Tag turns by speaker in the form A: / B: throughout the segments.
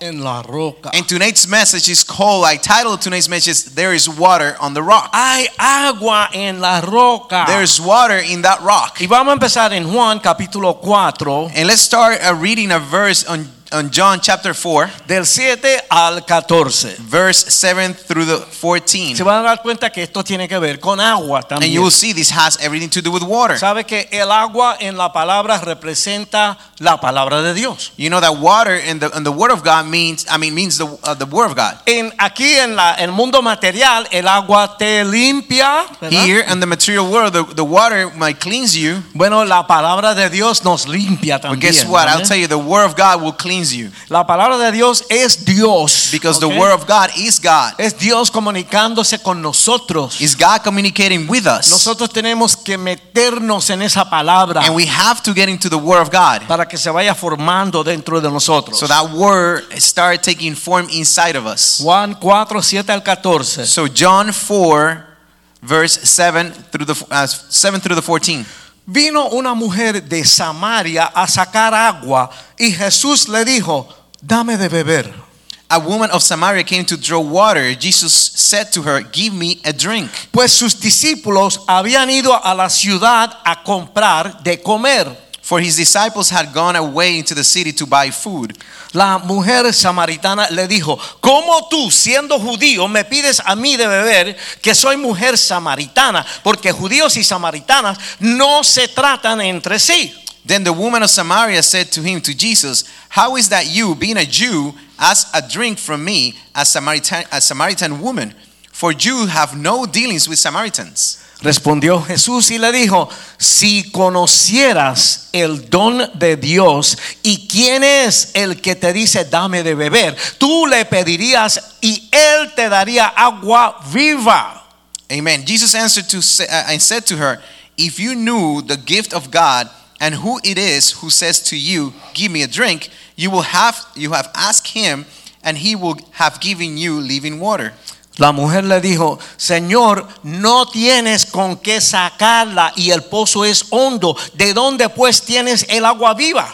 A: en la roca.
B: And tonight's message is called, I titled tonight's message, There is Water on the Rock.
A: Hay agua en la roca.
B: There is water in that rock.
A: y vamos a empezar en Juan capítulo 4
B: And let's start uh, reading a verse on, on John chapter 4,
A: del 7 al 14.
B: verse 7 through the 14.
A: Se van a dar cuenta que esto tiene que ver con agua
B: And
A: también.
B: you will see this has everything to do with water.
A: Sabe que el agua en la palabra representa la palabra de Dios.
B: You know that water and the, and the word of God means, I mean, means the, uh, the word of God.
A: En, aquí en la, el mundo material, el agua te limpia. ¿verdad?
B: Here in the material world, the, the water might cleanse you.
A: Bueno, la palabra de Dios nos limpia
B: But
A: también.
B: guess what? I'll
A: ¿vale?
B: tell you, the word of God will cleanse you.
A: La palabra de Dios es Dios.
B: Because
A: ¿ok?
B: the word of God is God.
A: es Dios comunicándose con nosotros.
B: Is God communicating with us?
A: Nosotros tenemos que meternos en esa palabra
B: And we have to get into the Word of God.
A: para que se vaya formando dentro de nosotros.
B: So that Word start taking form inside of us.
A: Juan 4, 7 al 14.
B: So John 4, verse 7 through the uh, 7 through the 14.
A: Vino una mujer de Samaria a sacar agua y Jesús le dijo, dame de beber.
B: A woman of Samaria came to draw water. Jesus said to her, "Give me a drink."
A: Pues sus discípulos habían ido a la ciudad a comprar de comer.
B: For his disciples had gone away into the city to buy food.
A: La mujer samaritana le dijo, ¿cómo tú siendo judío me pides a mí de beber que soy mujer samaritana? Porque judíos y samaritanas no se tratan entre sí.
B: Then the woman of Samaria said to him, to Jesus, "How is that you, being a Jew, ask a drink from me, a Samaritan, a Samaritan woman? For Jews have no dealings with Samaritans."
A: Respondió Jesús y le dijo, si conocieras el don de Dios y quién es el que te dice dame de beber, tú le pedirías y él te daría agua viva.
B: Amen. Jesus answered to sa- uh, and said to her, "If you knew the gift of God and who it is who says to you, give me a drink, you will have you have asked him and he will have given you living water."
A: La mujer le dijo, Señor, no tienes con qué sacarla y el pozo es hondo. ¿De dónde pues tienes el agua viva?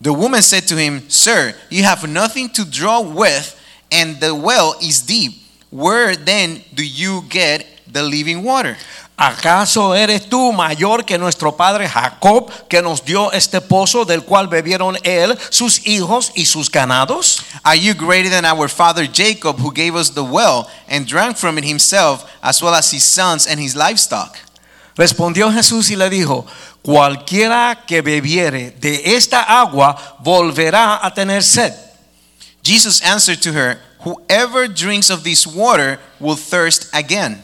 B: The woman said to him, "Sir, you have nothing to draw with and the well is deep. Where then do you get the living water?"
A: ¿Acaso eres tú mayor que nuestro padre Jacob, que nos dio este pozo del cual bebieron él, sus hijos y sus ganados?
B: Are you greater than our father Jacob who gave us the well and drank from it himself as well as his sons and his livestock?
A: Respondió Jesús y le dijo, cualquiera que bebiere de esta agua volverá a tener sed.
B: Jesus answered to her, Whoever drinks of this water will thirst again.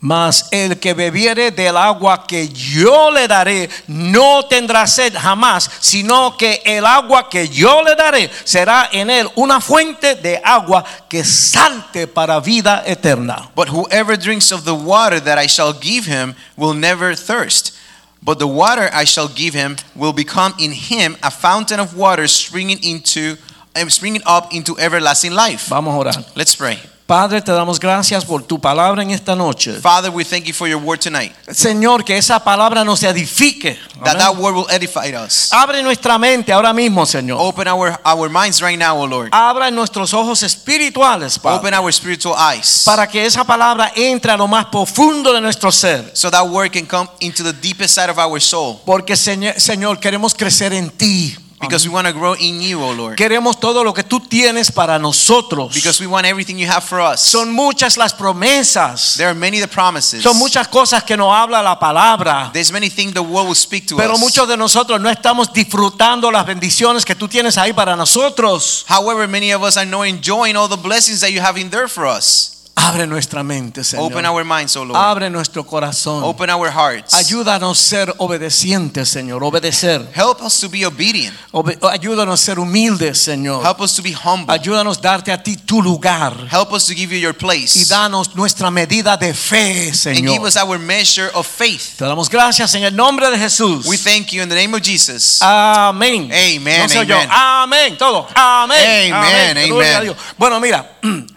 A: Mas el que bebiere del agua que yo le daré no tendrá sed jamás, sino que el agua que yo le daré será en él una fuente de agua que salte para vida eterna.
B: But whoever drinks of the water that I shall give him will never thirst. But the water I shall give him will become in him a fountain of water springing into um, springing up into everlasting life.
A: Vamos a orar.
B: Let's pray.
A: Padre, te damos gracias por tu palabra en esta noche.
B: Father, we thank you for your word tonight.
A: Señor, que esa palabra nos edifique.
B: That
A: Amén.
B: that word will edify us.
A: Abre nuestra mente ahora mismo, Señor.
B: Open our our minds right now, O Lord.
A: Abra nuestros ojos espirituales, Padre,
B: Open our spiritual eyes.
A: para que esa palabra entre a lo más profundo de nuestro ser.
B: So that word can come into the deepest side of our soul.
A: Porque Señor, Señor, queremos crecer en ti.
B: Because we want to grow in you, O Lord.
A: Queremos todo lo que tú tienes para nosotros.
B: Because we want everything you have for us.
A: Son muchas las promesas.
B: there are many the promises.
A: Son muchas cosas que nos habla la palabra.
B: There's many things the world will speak to
A: Pero
B: us.
A: muchos de nosotros no estamos disfrutando las bendiciones que tú tienes ahí para nosotros.
B: However, many of us are not enjoying all the blessings that you have in there for us.
A: Abre nuestra mente, Señor.
B: Open our minds, O Lord.
A: Abre nuestro corazón.
B: Open our hearts.
A: Ayúdanos ser obedecientes, Señor. Obedecer.
B: Help us to be obedient.
A: Obe- ayúdanos ser humildes, Señor.
B: Help us to be humble.
A: Ayúdanos darte a ti tu lugar.
B: Help us to give you your
A: Y
B: place.
A: danos nuestra medida de fe,
B: And give
A: Señor.
B: us our measure of faith.
A: Te damos gracias en el nombre de Jesús.
B: We thank you in the name of Jesus.
A: Amén.
B: Amen,
A: No se oyó.
B: amen.
A: Amén. Todo. Amén.
B: Amen,
A: Gloria a
B: amen.
A: Dios. Bueno, mira.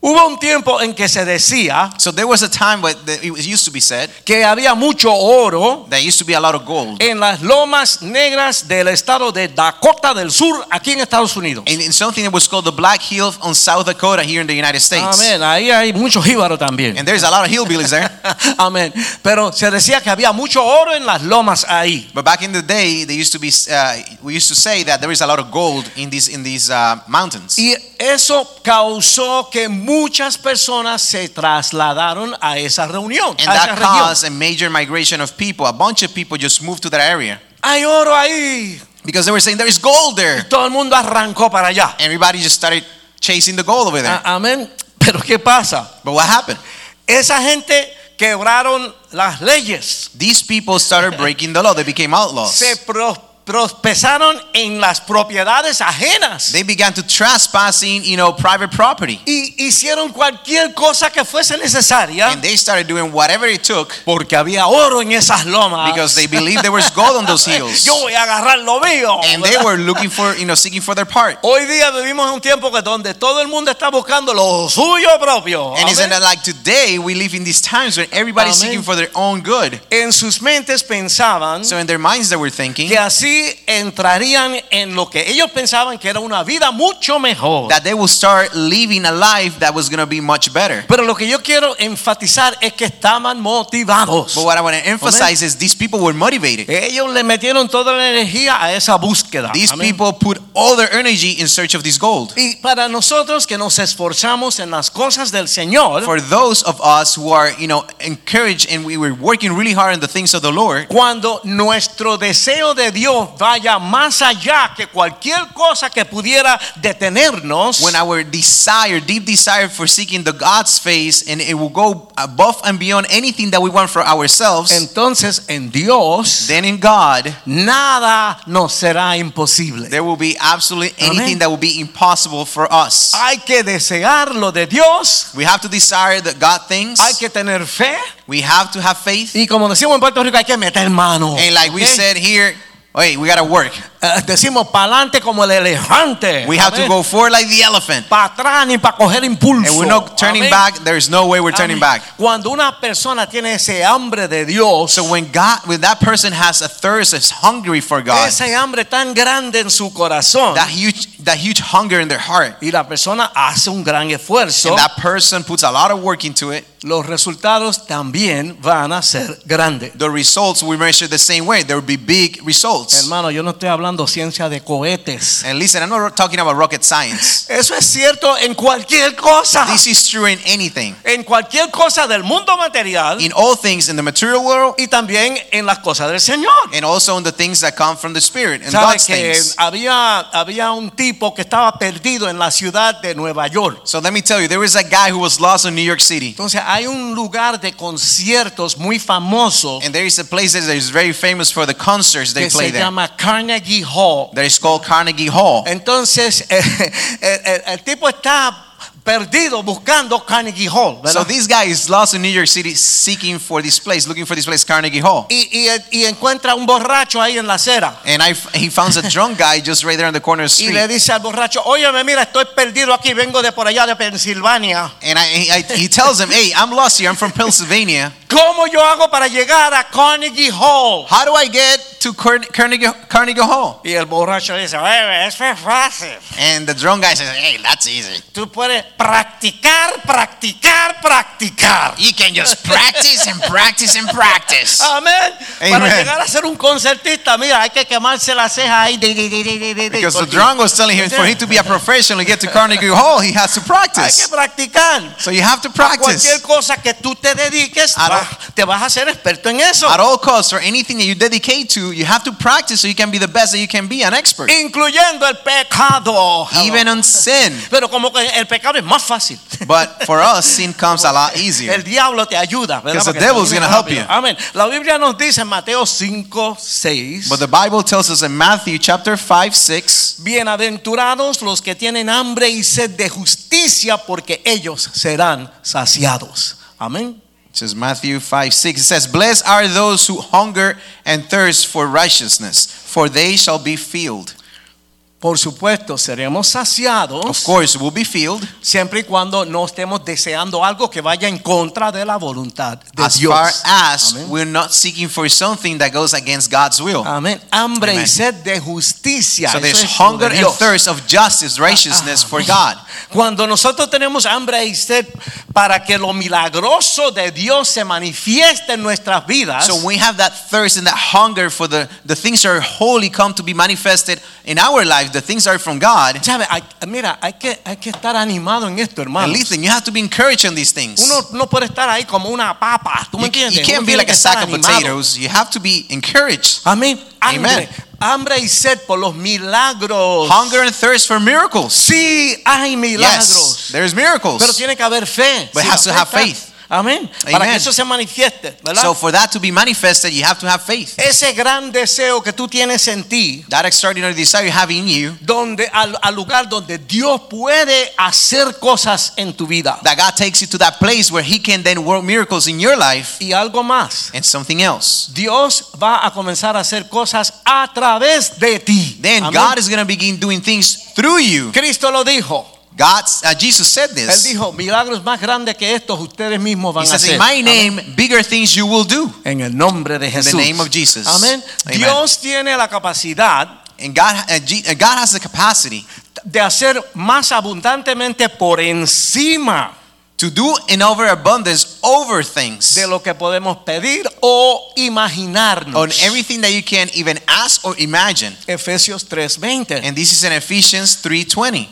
A: Hubo un tiempo en que se decía
B: So there was a time where the- it used to be said
A: que había mucho oro
B: there used to be a lot of gold
A: en las lomas negras del estado de Dakota del Sur, aquí en Estados Unidos.
B: in, in something that was called the Black Hill on South Dakota here in the United States.
A: Amén. Ahí hay mucho jíbaro también.
B: And there's a lot of hillbillies there.
A: Amén. Pero se decía que había mucho oro en las lomas ahí.
B: But back in the day, they used to be uh, we used to say that there is a lot of gold in these in these uh, mountains.
A: Y eso causó que muchas personas se trasladaron a esa reunión.
B: And
A: a esa
B: that
A: región.
B: caused a major migration of people. A bunch of people just moved to that area
A: Hay oro ahí.
B: because they were saying there is gold there.
A: Todo el mundo arrancó para allá.
B: Everybody just started chasing the gold over there.
A: A- Amén. Pero ¿qué pasa?
B: But what happened?
A: Esa gente quebraron las leyes.
B: These people started breaking the law. They became outlaws.
A: Se pro- prospesaron en las propiedades ajenas.
B: They began to trespassing, you know, private property.
A: Y hicieron cualquier cosa que fuese necesaria.
B: And they started doing whatever it took
A: Porque había oro en esas lomas. Eh,
B: because they believed there was gold on those hills.
A: Ah. Yo voy a agarrar lo mío.
B: And they
A: ¿verdad?
B: were looking for, you know, seeking for their part.
A: Hoy día vivimos en un tiempo que donde todo el mundo está buscando lo suyo propio.
B: And isn't
A: Amén.
B: it like today we live in these times when everybody's
A: Amén.
B: seeking for their own good?
A: En sus mentes pensaban
B: So in their minds they were thinking
A: que así entrarían en lo que ellos pensaban que era una vida mucho mejor.
B: that they will start living a life that was going to be much better.
A: Pero lo que yo quiero enfatizar es que estaban motivados.
B: But what I want to emphasize is these people were motivated.
A: Ellos le metieron toda la energía a esa búsqueda.
B: These
A: Amén.
B: people put all their energy in search of this gold.
A: y para nosotros que nos esforzamos en las cosas del Señor,
B: For those of us who are, you know, encouraged and we were working really hard on the things of the Lord,
A: cuando nuestro deseo de Dios vaya más allá que cualquier cosa que pudiera detenernos,
B: when our desire, deep desire for seeking the God's face, and it will go above and beyond anything that we want for ourselves,
A: entonces en Dios
B: then in God
A: nada nos será imposible.
B: there will be absolutely anything
A: Amen.
B: that will be impossible for us.
A: Hay que desear lo de Dios,
B: We have to desire the God things.
A: hay que tener fe
B: We have to have faith.
A: y como decimos en Puerto Rico hay que meter mano.
B: And like we
A: ¿ok?
B: said here, hey, we gotta work.
A: Eh, decimos para adelante como el elefante.
B: We have to go forward like the elephant.
A: para atrás ni para coger impulso.
B: And we're not turning
A: Amén.
B: back. There is no way we're turning
A: Amén.
B: back.
A: Cuando una persona tiene ese hambre de Dios,
B: So when God, when that person has a thirst, is hungry for God,
A: ese hambre tan grande en su corazón
B: that huge, that huge hunger in their heart,
A: y la persona hace un gran esfuerzo,
B: and that person puts a lot of work into it,
A: los resultados también van a ser grandes.
B: the results we measure the same way. There will be big results.
A: Hermano, yo no estoy hablando ciencia de cohetes.
B: And listen, I'm not talking about rocket science.
A: Eso es cierto en cualquier cosa.
B: This is true in anything,
A: En cualquier cosa del mundo material
B: in all things in the material world,
A: y también en las cosas del Señor.
B: and also in the things that come from the spirit and
A: Sabe
B: God's
A: que
B: things.
A: había, había un tipo que estaba perdido en la ciudad de Nueva York.
B: So let me tell you, there was a guy who was lost in New York City,
A: Entonces hay un lugar de conciertos muy famoso
B: and there is a place that is very famous for the concerts they
A: que
B: play
A: se
B: there.
A: llama Carnegie Hall.
B: That is called Carnegie Hall.
A: Entonces eh, el, el- el tipo está perdido buscando Carnegie Hall. ¿verdad?
B: So this guy is lost in New York City seeking for this place, looking for this place, Carnegie Hall.
A: y, y- y encuentra un borracho ahí en la acera.
B: And I, he found a drunk guy just right there on the corner of the
A: Y le
B: street.
A: dice al borracho, óyeme, mira, estoy perdido aquí, vengo de por allá de Pensilvania.
B: And I, I, he tells him, hey, I'm lost here. I'm from Pennsylvania.
A: ¿Cómo yo hago para llegar a Carnegie Hall?
B: How do I get to Carn- Carnegie, Carnegie Hall?
A: Y el borracho dice, "Oye, eso es fácil.
B: And the drunk guy says, hey, that's easy.
A: Tú puedes practicar, practicar, practicar.
B: You can just practice and practice and practice.
A: Amén. Para
B: Amen.
A: llegar a ser un concertista, mira, hay que quemarse la ceja ahí. di, di, di, di, di, di,
B: Because the
A: porque
B: drunk was telling him for him to be a professional and get to Carnegie Hall, he has to
A: Hay que
B: practice.
A: practicar.
B: So you have to
A: Cualquier
B: practice
A: cosa que tú te dediques,
B: At
A: vas- te vas a hacer experto en eso.
B: at all costs or anything that you dedicate to, you have to practice so you can be the best that you can be, an expert.
A: Incluyendo el pecado.
B: even on sin.
A: Pero como que el pecado es más fácil.
B: But for us, sin comes a lot easier.
A: El diablo te ayuda. ¿verdad?
B: 'Cause the
A: Porque
B: devil's
A: termina
B: gonna help
A: rápido.
B: you.
A: Amén. La Biblia nos dice en Mateo 5, 6.
B: But the Bible tells us in Matthew chapter 5, 6,
A: Bienaventurados los que tienen hambre y sed de justicia, porque ellos serán saciados. Amén.
B: it says Matthew 5, 6, it says, Blessed are those who hunger and thirst for righteousness, for they shall be filled.
A: Por supuesto, seremos
B: Of
A: saciados
B: course, we'll be filled
A: siempre y cuando no estemos deseando algo que vaya en contra de la voluntad de
B: as
A: Dios.
B: far as
A: Amén.
B: we're not seeking for something that goes against God's will.
A: Amén. Hambre y
B: Amen.
A: sed de justicia.
B: So
A: Eso
B: there's
A: es lo
B: hunger
A: de
B: and
A: Dios.
B: thirst of justice, righteousness
A: Ah,
B: for God.
A: Cuando nosotros tenemos hambre y sed para que lo milagroso de Dios se manifieste en nuestras vidas,
B: So we have that thirst and that hunger for the, the things that are holy come to be manifested in our life, the things that are from God.
A: ¿sabe? Hay- mira, hay que, hay que estar animado en esto, hermano.
B: And listen, you have to be encouraged on these things.
A: Uno no puede estar ahí como una papa. ¿Tú me
B: You,
A: entiendes?
B: you
A: Uno
B: can't be
A: tiene
B: like
A: que
B: a
A: estar
B: sack of
A: animado.
B: potatoes. You have to be encouraged.
A: Amén. Hambre,
B: Amen.
A: hambre y sed por los milagros.
B: Hunger and thirst for miracles.
A: Sí, hay milagros.
B: Yes, there's
A: Pero
B: miracles.
A: tiene que haber fe.
B: But
A: Sí,
B: it has
A: la
B: to
A: fe
B: have
A: está. Amén. Para
B: Amen.
A: que eso se manifieste, ¿verdad?
B: So for that to be manifested, you have to have faith.
A: Ese gran deseo que tú tienes en ti,
B: That extraordinary desire you have in you,
A: donde al, al lugar donde Dios puede hacer cosas en tu vida
B: that God takes you to that place where He can then work miracles in your life
A: y algo más.
B: and something else.
A: Dios va a comenzar a hacer cosas a través de ti.
B: then
A: Amén.
B: God is going to begin doing things through you.
A: Cristo lo dijo.
B: God, uh, Jesus said
A: Él
B: this. He
A: dijo, milagros más grandes que estos ustedes mismos van a
B: says,
A: hacer.
B: "In my
A: Amén.
B: name, bigger things you will do."
A: En el nombre de
B: the
A: Jesús.
B: name of Jesus.
A: Amén.
B: Amen.
A: Dios tiene la capacidad
B: And God, uh, Je- uh, God has the capacity
A: de hacer más abundantemente por encima
B: to do in overabundance over things
A: de lo que podemos pedir o imaginarnos.
B: on everything that you can even ask or imagine.
A: Efesios 3:20.
B: And this is in Ephesians 3:20.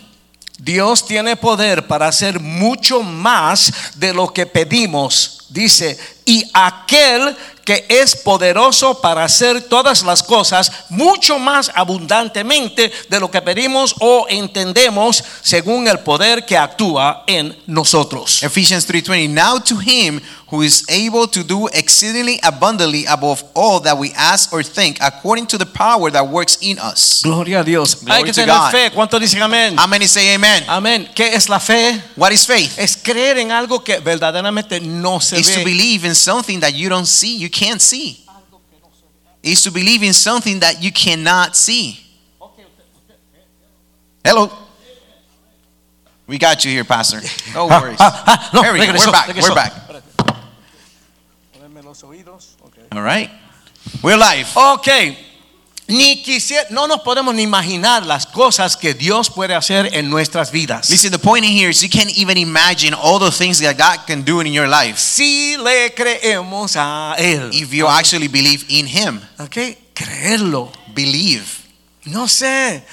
A: Dios tiene poder para hacer mucho más de lo que pedimos, dice, y aquel que es poderoso para hacer todas las cosas mucho más abundantemente de lo que pedimos o entendemos según el poder que actúa en nosotros.
B: Ephesians 3:20. Now to him who is able to do exceedingly abundantly above all that we ask or think, according to the power that works in us.
A: Gloria a Dios.
B: Glory
A: Hay que
B: to
A: tener
B: God.
A: fe. ¿Cuánto dicen amén?
B: How many say amen?
A: Amén. ¿Qué es la fe?
B: What is faith?
A: Es creer en algo que verdaderamente no se
B: is to
A: ve.
B: believe in something that you don't see, you can't see. Is to believe in something that you cannot see. Hello. We got you here, Pastor. No worries.
A: Ah, ah, no,
B: There we go.
A: regresó,
B: We're back.
A: regresó.
B: We're back. All right. We're live.
A: Ok. Ni quisiera, no nos podemos ni imaginar las cosas que Dios puede hacer en nuestras vidas.
B: Listen, the point in here is you can't even imagine all the things that God can do in your life
A: Si le creemos a Él.
B: if you actually believe in Him.
A: Ok. Creerlo.
B: Believe.
A: No sé.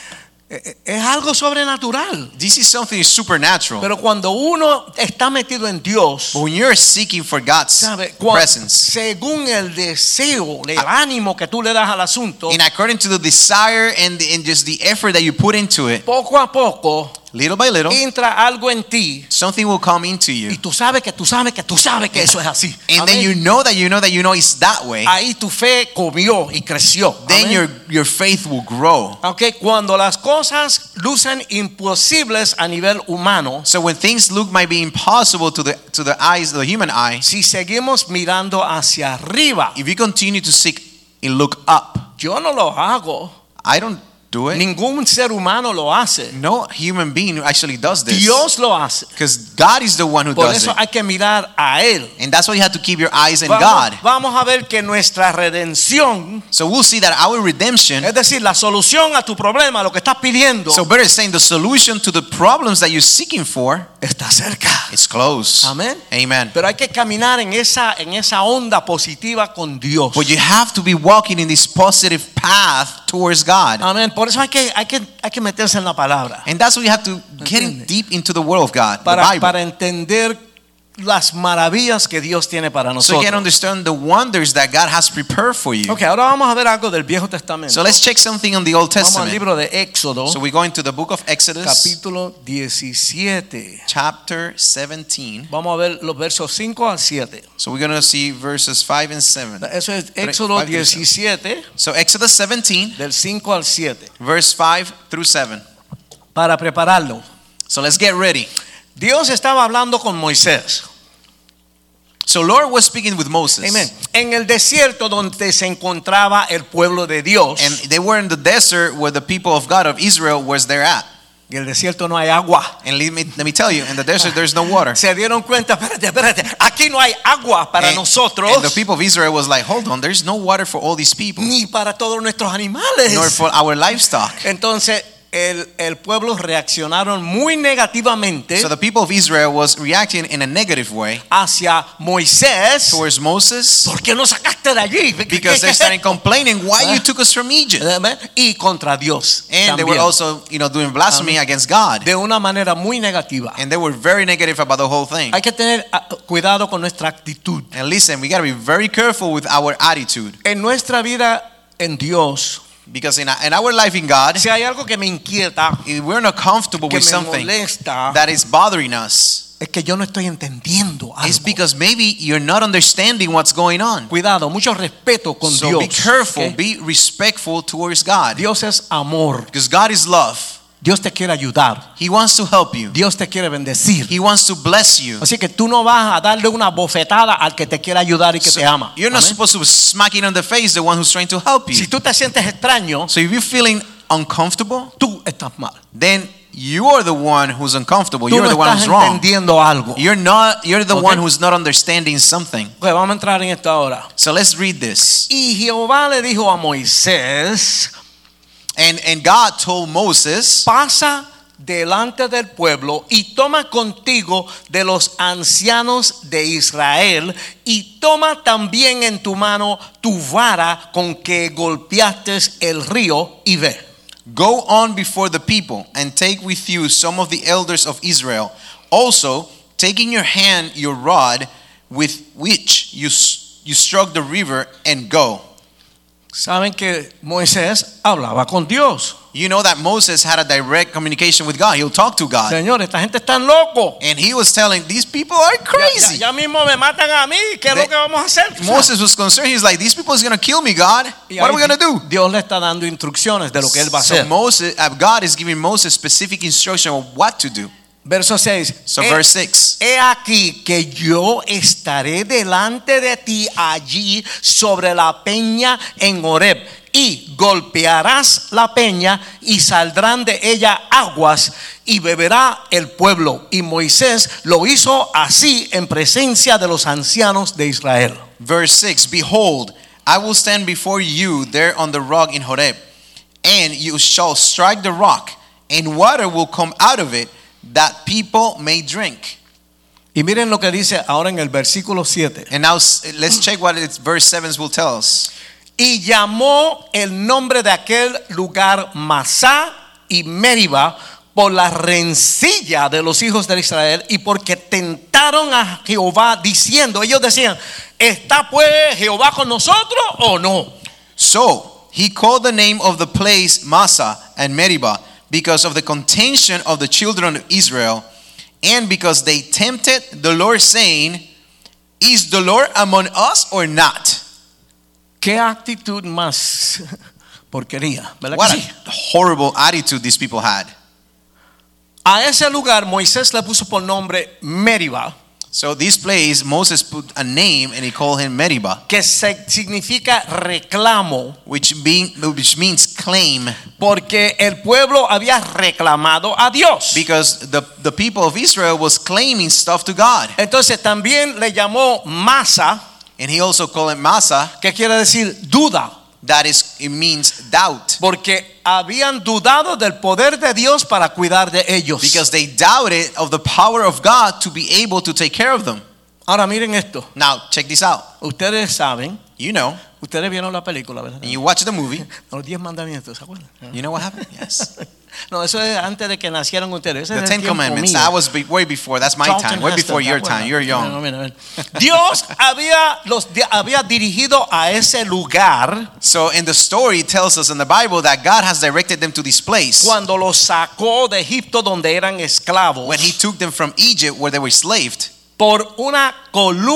A: Eh, eh, Es algo sobrenatural.
B: This is something supernatural.
A: Pero cuando uno está metido en Dios,
B: But when you're seeking for God's
A: sabe, Cuan-
B: presence, Ah.
A: según el deseo, el ánimo que tú le das al asunto,
B: And according to the desire and, the, and just the effort that you put into it,
A: poco a poco
B: little by little,
A: entra algo en ti
B: something will come into you.
A: y tú sabes que tú sabes que tú sabes que eso es así.
B: And
A: Amén.
B: then you know that you know that you know it's that way.
A: Ahí tu fe comió y creció.
B: Then
A: Amén.
B: your your faith will grow.
A: Ok, cuando las cosas lucen imposibles a nivel humano,
B: So when things look might be impossible to the to the eyes of the human eye,
A: si seguimos mirando hacia arriba,
B: if you continue to seek and look up,
A: yo no lo hago,
B: I don't do it.
A: ningún ser humano lo hace,
B: No human being actually does this.
A: Dios lo hace.
B: Because God is the one who
A: Por
B: does
A: eso
B: it.
A: hay que mirar a Él.
B: And that's why you have to keep your eyes in God.
A: Vamos, vamos a ver que nuestra redención,
B: So we'll see that our redemption
A: es decir, la solución a tu problema, lo que estás pidiendo,
B: So better saying the solution to the problems that you're seeking for,
A: está cerca.
B: it's close.
A: Amén.
B: Amen.
A: Pero hay que caminar en esa, en esa onda positiva con Dios.
B: But you have to be walking in this positive path towards God.
A: Amén. Por eso hay que, hay que, hay que meterse en la palabra.
B: And that's why you have to get in
A: Entiende.
B: deep into the word of God, the
A: Para,
B: Bible,
A: para entender las maravillas que Dios tiene para
B: So you
A: nosotros.
B: can understand the wonders that God has prepared for you.
A: ok, ahora vamos a ver algo del Viejo Testamento.
B: So let's check something on the Old
A: vamos al
B: Testament.
A: libro de Éxodo,
B: So we're going to the book of Exodus,
A: capítulo 17.
B: chapter 17.
A: Vamos a ver los versos 5 al 7.
B: So we're going to see verses 5 and 7.
A: Eso es Éxodo
B: five through seven.
A: 17,
B: So Exodus 17,
A: del 5 al 7,
B: verse 5 through 7.
A: para prepararlo.
B: So let's get ready.
A: Dios estaba hablando con Moisés.
B: So Lord was speaking with Moses.
A: Amén. En el desierto donde se encontraba el pueblo de Dios.
B: And they were in the desert where the people of God of Israel was there at.
A: y el desierto no hay agua.
B: And let me, let me tell you, in the desert there's no water.
A: Se dieron cuenta, espérate, espérate, aquí no hay agua para
B: and,
A: nosotros
B: and the people of Israel was like, hold on, there's no water for all these people,
A: ni para todos nuestros animales.
B: nor for our livestock.
A: Entonces el, el pueblo reaccionaron muy negativamente
B: So the people of Israel was reacting in a negative way
A: hacia Moisés.
B: towards Moses
A: ¿Por qué nos sacaste de allí? ¿Qué-
B: because
A: qué-
B: they
A: qué-
B: started complaining, why you took us from Egypt?
A: Amén. Y contra Dios.
B: And they
A: también.
B: were also, you know, doing blasphemy against God.
A: de una manera muy negativa.
B: And they were very negative about the whole thing.
A: Hay que tener ah, cuidado con nuestra actitud.
B: And listen, we got to be very careful with our attitude
A: En nuestra vida en Dios,
B: because in, in our life in God,
A: si hay algo que me inquieta,
B: if we're not comfortable
A: que
B: with
A: me
B: something
A: molesta,
B: that is bothering us,
A: es que yo no estoy entendiendo
B: it's
A: algo.
B: because maybe you're not understanding what's going on.
A: Cuidado, mucho respeto con
B: So
A: Dios.
B: be careful,
A: ¿ok?
B: be respectful towards God
A: Dios es amor.
B: because God is love.
A: Dios te quiere ayudar.
B: He wants to help you.
A: Dios te quiere bendecir.
B: He wants to bless you.
A: Así que tú no vas a darle una bofetada al que te quiere ayudar y que
B: So
A: te ama.
B: You're not
A: Amén.
B: supposed to smack it on the face the one who's trying to help you.
A: Si tú te sientes extraño,
B: So if you're feeling uncomfortable,
A: tú estás mal.
B: then you are the one who's uncomfortable.
A: Tú
B: You're
A: no
B: the one
A: estás
B: who's wrong.
A: entendiendo algo.
B: You're not you're the
A: Okay.
B: one who's not understanding something.
A: Ok, vamos a entrar en esto ahora.
B: So let's read this.
A: Y Jehová le dijo a Moisés,
B: And and God told Moses,
A: pasa delante del pueblo y toma contigo de los ancianos de Israel y toma también en tu mano tu vara con que golpeaste el río y ve.
B: "Go on before the people and take with you some of the elders of Israel. Also, take in your hand your rod with which you s- you struck the river and go."
A: Saben que Moisés hablaba con Dios.
B: You know that Moses had a direct communication with God. He'll talk to God.
A: Señor, esta gente está loco.
B: And he was telling, These people are
A: Ya,
B: crazy.
A: ya mismo me matan a mí. ¿Qué es
B: They-
A: lo que vamos a hacer?
B: Moses was concerned. He's like, These people is going to kill me, God.
A: Y
B: What are
A: ahí
B: we going to do?
A: Dios le está dando instrucciones de lo que él va a
B: So
A: hacer.
B: Moses, uh, God is giving Moses specific instruction of what to do.
A: Verso 6.
B: So verse 6.
A: He aquí que yo estaré delante de ti allí sobre la peña en Horeb y golpearás la peña y saldrán de ella aguas y beberá el pueblo. Y Moisés lo hizo así en presencia de los ancianos de Israel.
B: Verse 6 Behold, I will stand before you there on the rock in Horeb, and you shall strike the rock, and water will come out of it that people may drink.
A: Y miren lo que dice ahora en el versículo 7.
B: And now s- let's check what it's, verse 7 will tell us.
A: Y llamó el nombre de aquel lugar Masá y Meriba por la rencilla de los hijos de Israel y porque tentaron a Jehová diciendo, ellos decían, ¿está pues Jehová con nosotros o no?
B: So he called the name of the place Massa and Meribah because of the contention of the children of Israel and because they tempted the Lord, saying, Is the Lord among us or not?
A: ¿Qué actitud más porquería? ¿verdad que
B: What
A: sí?
B: a horrible attitude these people had.
A: A ese lugar Moisés le puso por nombre Meriba,
B: So this place, Moses put a name and he called him Meribah,
A: que se- significa reclamo,
B: which, being, which means claim,
A: porque el pueblo había reclamado a Dios.
B: because the, the people of Israel was claiming stuff to God.
A: Entonces también le llamó masa,
B: And he also called it Massa,
A: que quiere decir duda,
B: that is, it means doubt.
A: porque habían dudado del poder de Dios para cuidar de ellos.
B: because they doubted of the power of God to be able to take care of them.
A: Ahora miren esto,
B: Now, check this out.
A: ustedes saben,
B: You know,
A: ustedes vieron la película, ¿verdad?
B: and you watch the movie,
A: Los diez mandamientos, ¿se acuerdan?
B: you know what happened? Yes.
A: No, eso es antes de que nacieran ustedes. Ese
B: The
A: es el
B: Ten
A: tiempo
B: Commandments.
A: mío.
B: That was be, way before. That's my
A: Charlton
B: time. Way
A: Heston,
B: before
A: ¿te
B: your
A: acuerdas?
B: time. You're
A: Bueno,
B: young.
A: bueno, bueno. Dios había, los, di- había dirigido a ese lugar
B: So in the story, it tells us in the Bible that God has directed them to this place.
A: cuando los sacó de Egipto donde eran esclavos
B: When He took them from Egypt, where they were slaved,
A: por una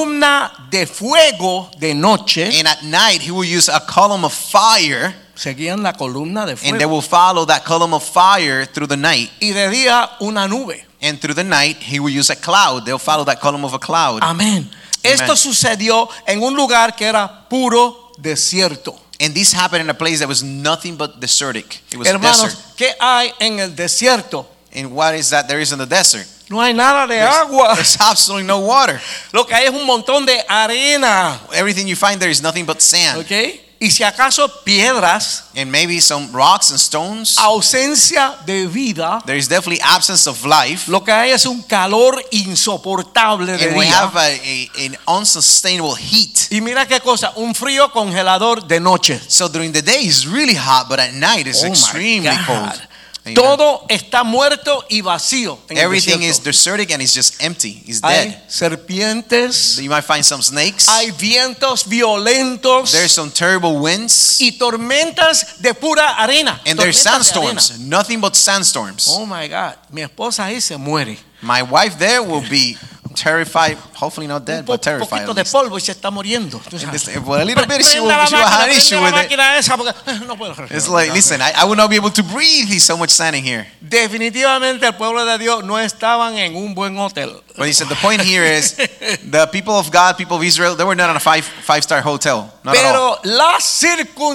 A: columna de fuego de noche.
B: and at night He will use a column of fire,
A: Seguían la columna de
B: and they
A: fuego.
B: will follow that column of fire through the night.
A: Y de día una nube.
B: And through the night, He will use a cloud. They'll follow that column of a cloud.
A: Amén. Esto sucedió en un lugar que era puro desierto.
B: And this happened in a place that was nothing but desertic. It was a
A: Hermanos,
B: desert.
A: ¿qué hay en el desierto?
B: And what is that there is in the desert?
A: No hay nada de
B: There's-
A: agua.
B: There's absolutely no water.
A: Lo que hay es un montón de arena.
B: Everything you find there is nothing but sand.
A: ¿Ok? Y si acaso piedras,
B: And maybe some rocks and stones.
A: ausencia de vida,
B: There is definitely absence of life.
A: lo que hay es un calor insoportable de
B: And we
A: día.
B: have a, a- an unsustainable heat.
A: Y mira qué cosa, un frío congelador de noche.
B: So during the day it's really hot, but at night it's
A: Oh my
B: extremely
A: God.
B: cold. Amen.
A: Todo está muerto y vacío. en el
B: Everything is
A: desierto.
B: desertic and it's just empty. It's dead.
A: Hay serpientes,
B: So you might find some snakes.
A: hay vientos violentos
B: There's some terrible winds.
A: y tormentas de pura arena.
B: And
A: tormentas
B: there's
A: de arena.
B: sandstorms. Nothing but sandstorms.
A: Oh my God, mi esposa ahí se muere.
B: My wife there will be terrified. Hopefully not
A: un
B: dead,
A: po-
B: but terrified.
A: poquito
B: at
A: de
B: least.
A: polvo y se está muriendo. tú
B: And
A: sabes.
B: this- for a little bit she will,
A: Prenda la
B: she will have an
A: máquina,
B: issue
A: prenda la
B: with it.
A: máquina esa porque, eh, no puedo.
B: It's like, listen, I, I will not be able to breathe. There's so much sand in here.
A: Definitivamente el pueblo de Dios no estaban en un buen hotel.
B: But he said the point here is the people of God, people of Israel, they were not on a five five star hotel. Not at all.
A: Pero las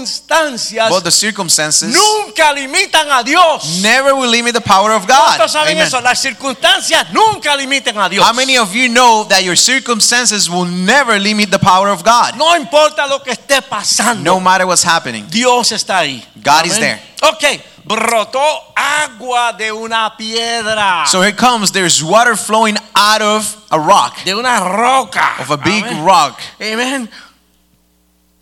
A: circunstancias
B: But the circumstances
A: nunca limitan a Dios.
B: never will limit the power of God.
A: ¿Cuántos saben
B: Amen.
A: eso? Las circunstancias nunca limitan a Dios.
B: How many of you know that your circumstances will never limit the power of God?
A: No importa lo que esté pasando,
B: No matter what's happening.
A: Dios está ahí.
B: God is
A: Amén.
B: there.
A: Ok, brotó agua de una piedra,
B: So here comes there's water flowing out of a rock,
A: de una roca.
B: of a big
A: Amén.
B: rock.
A: Amén.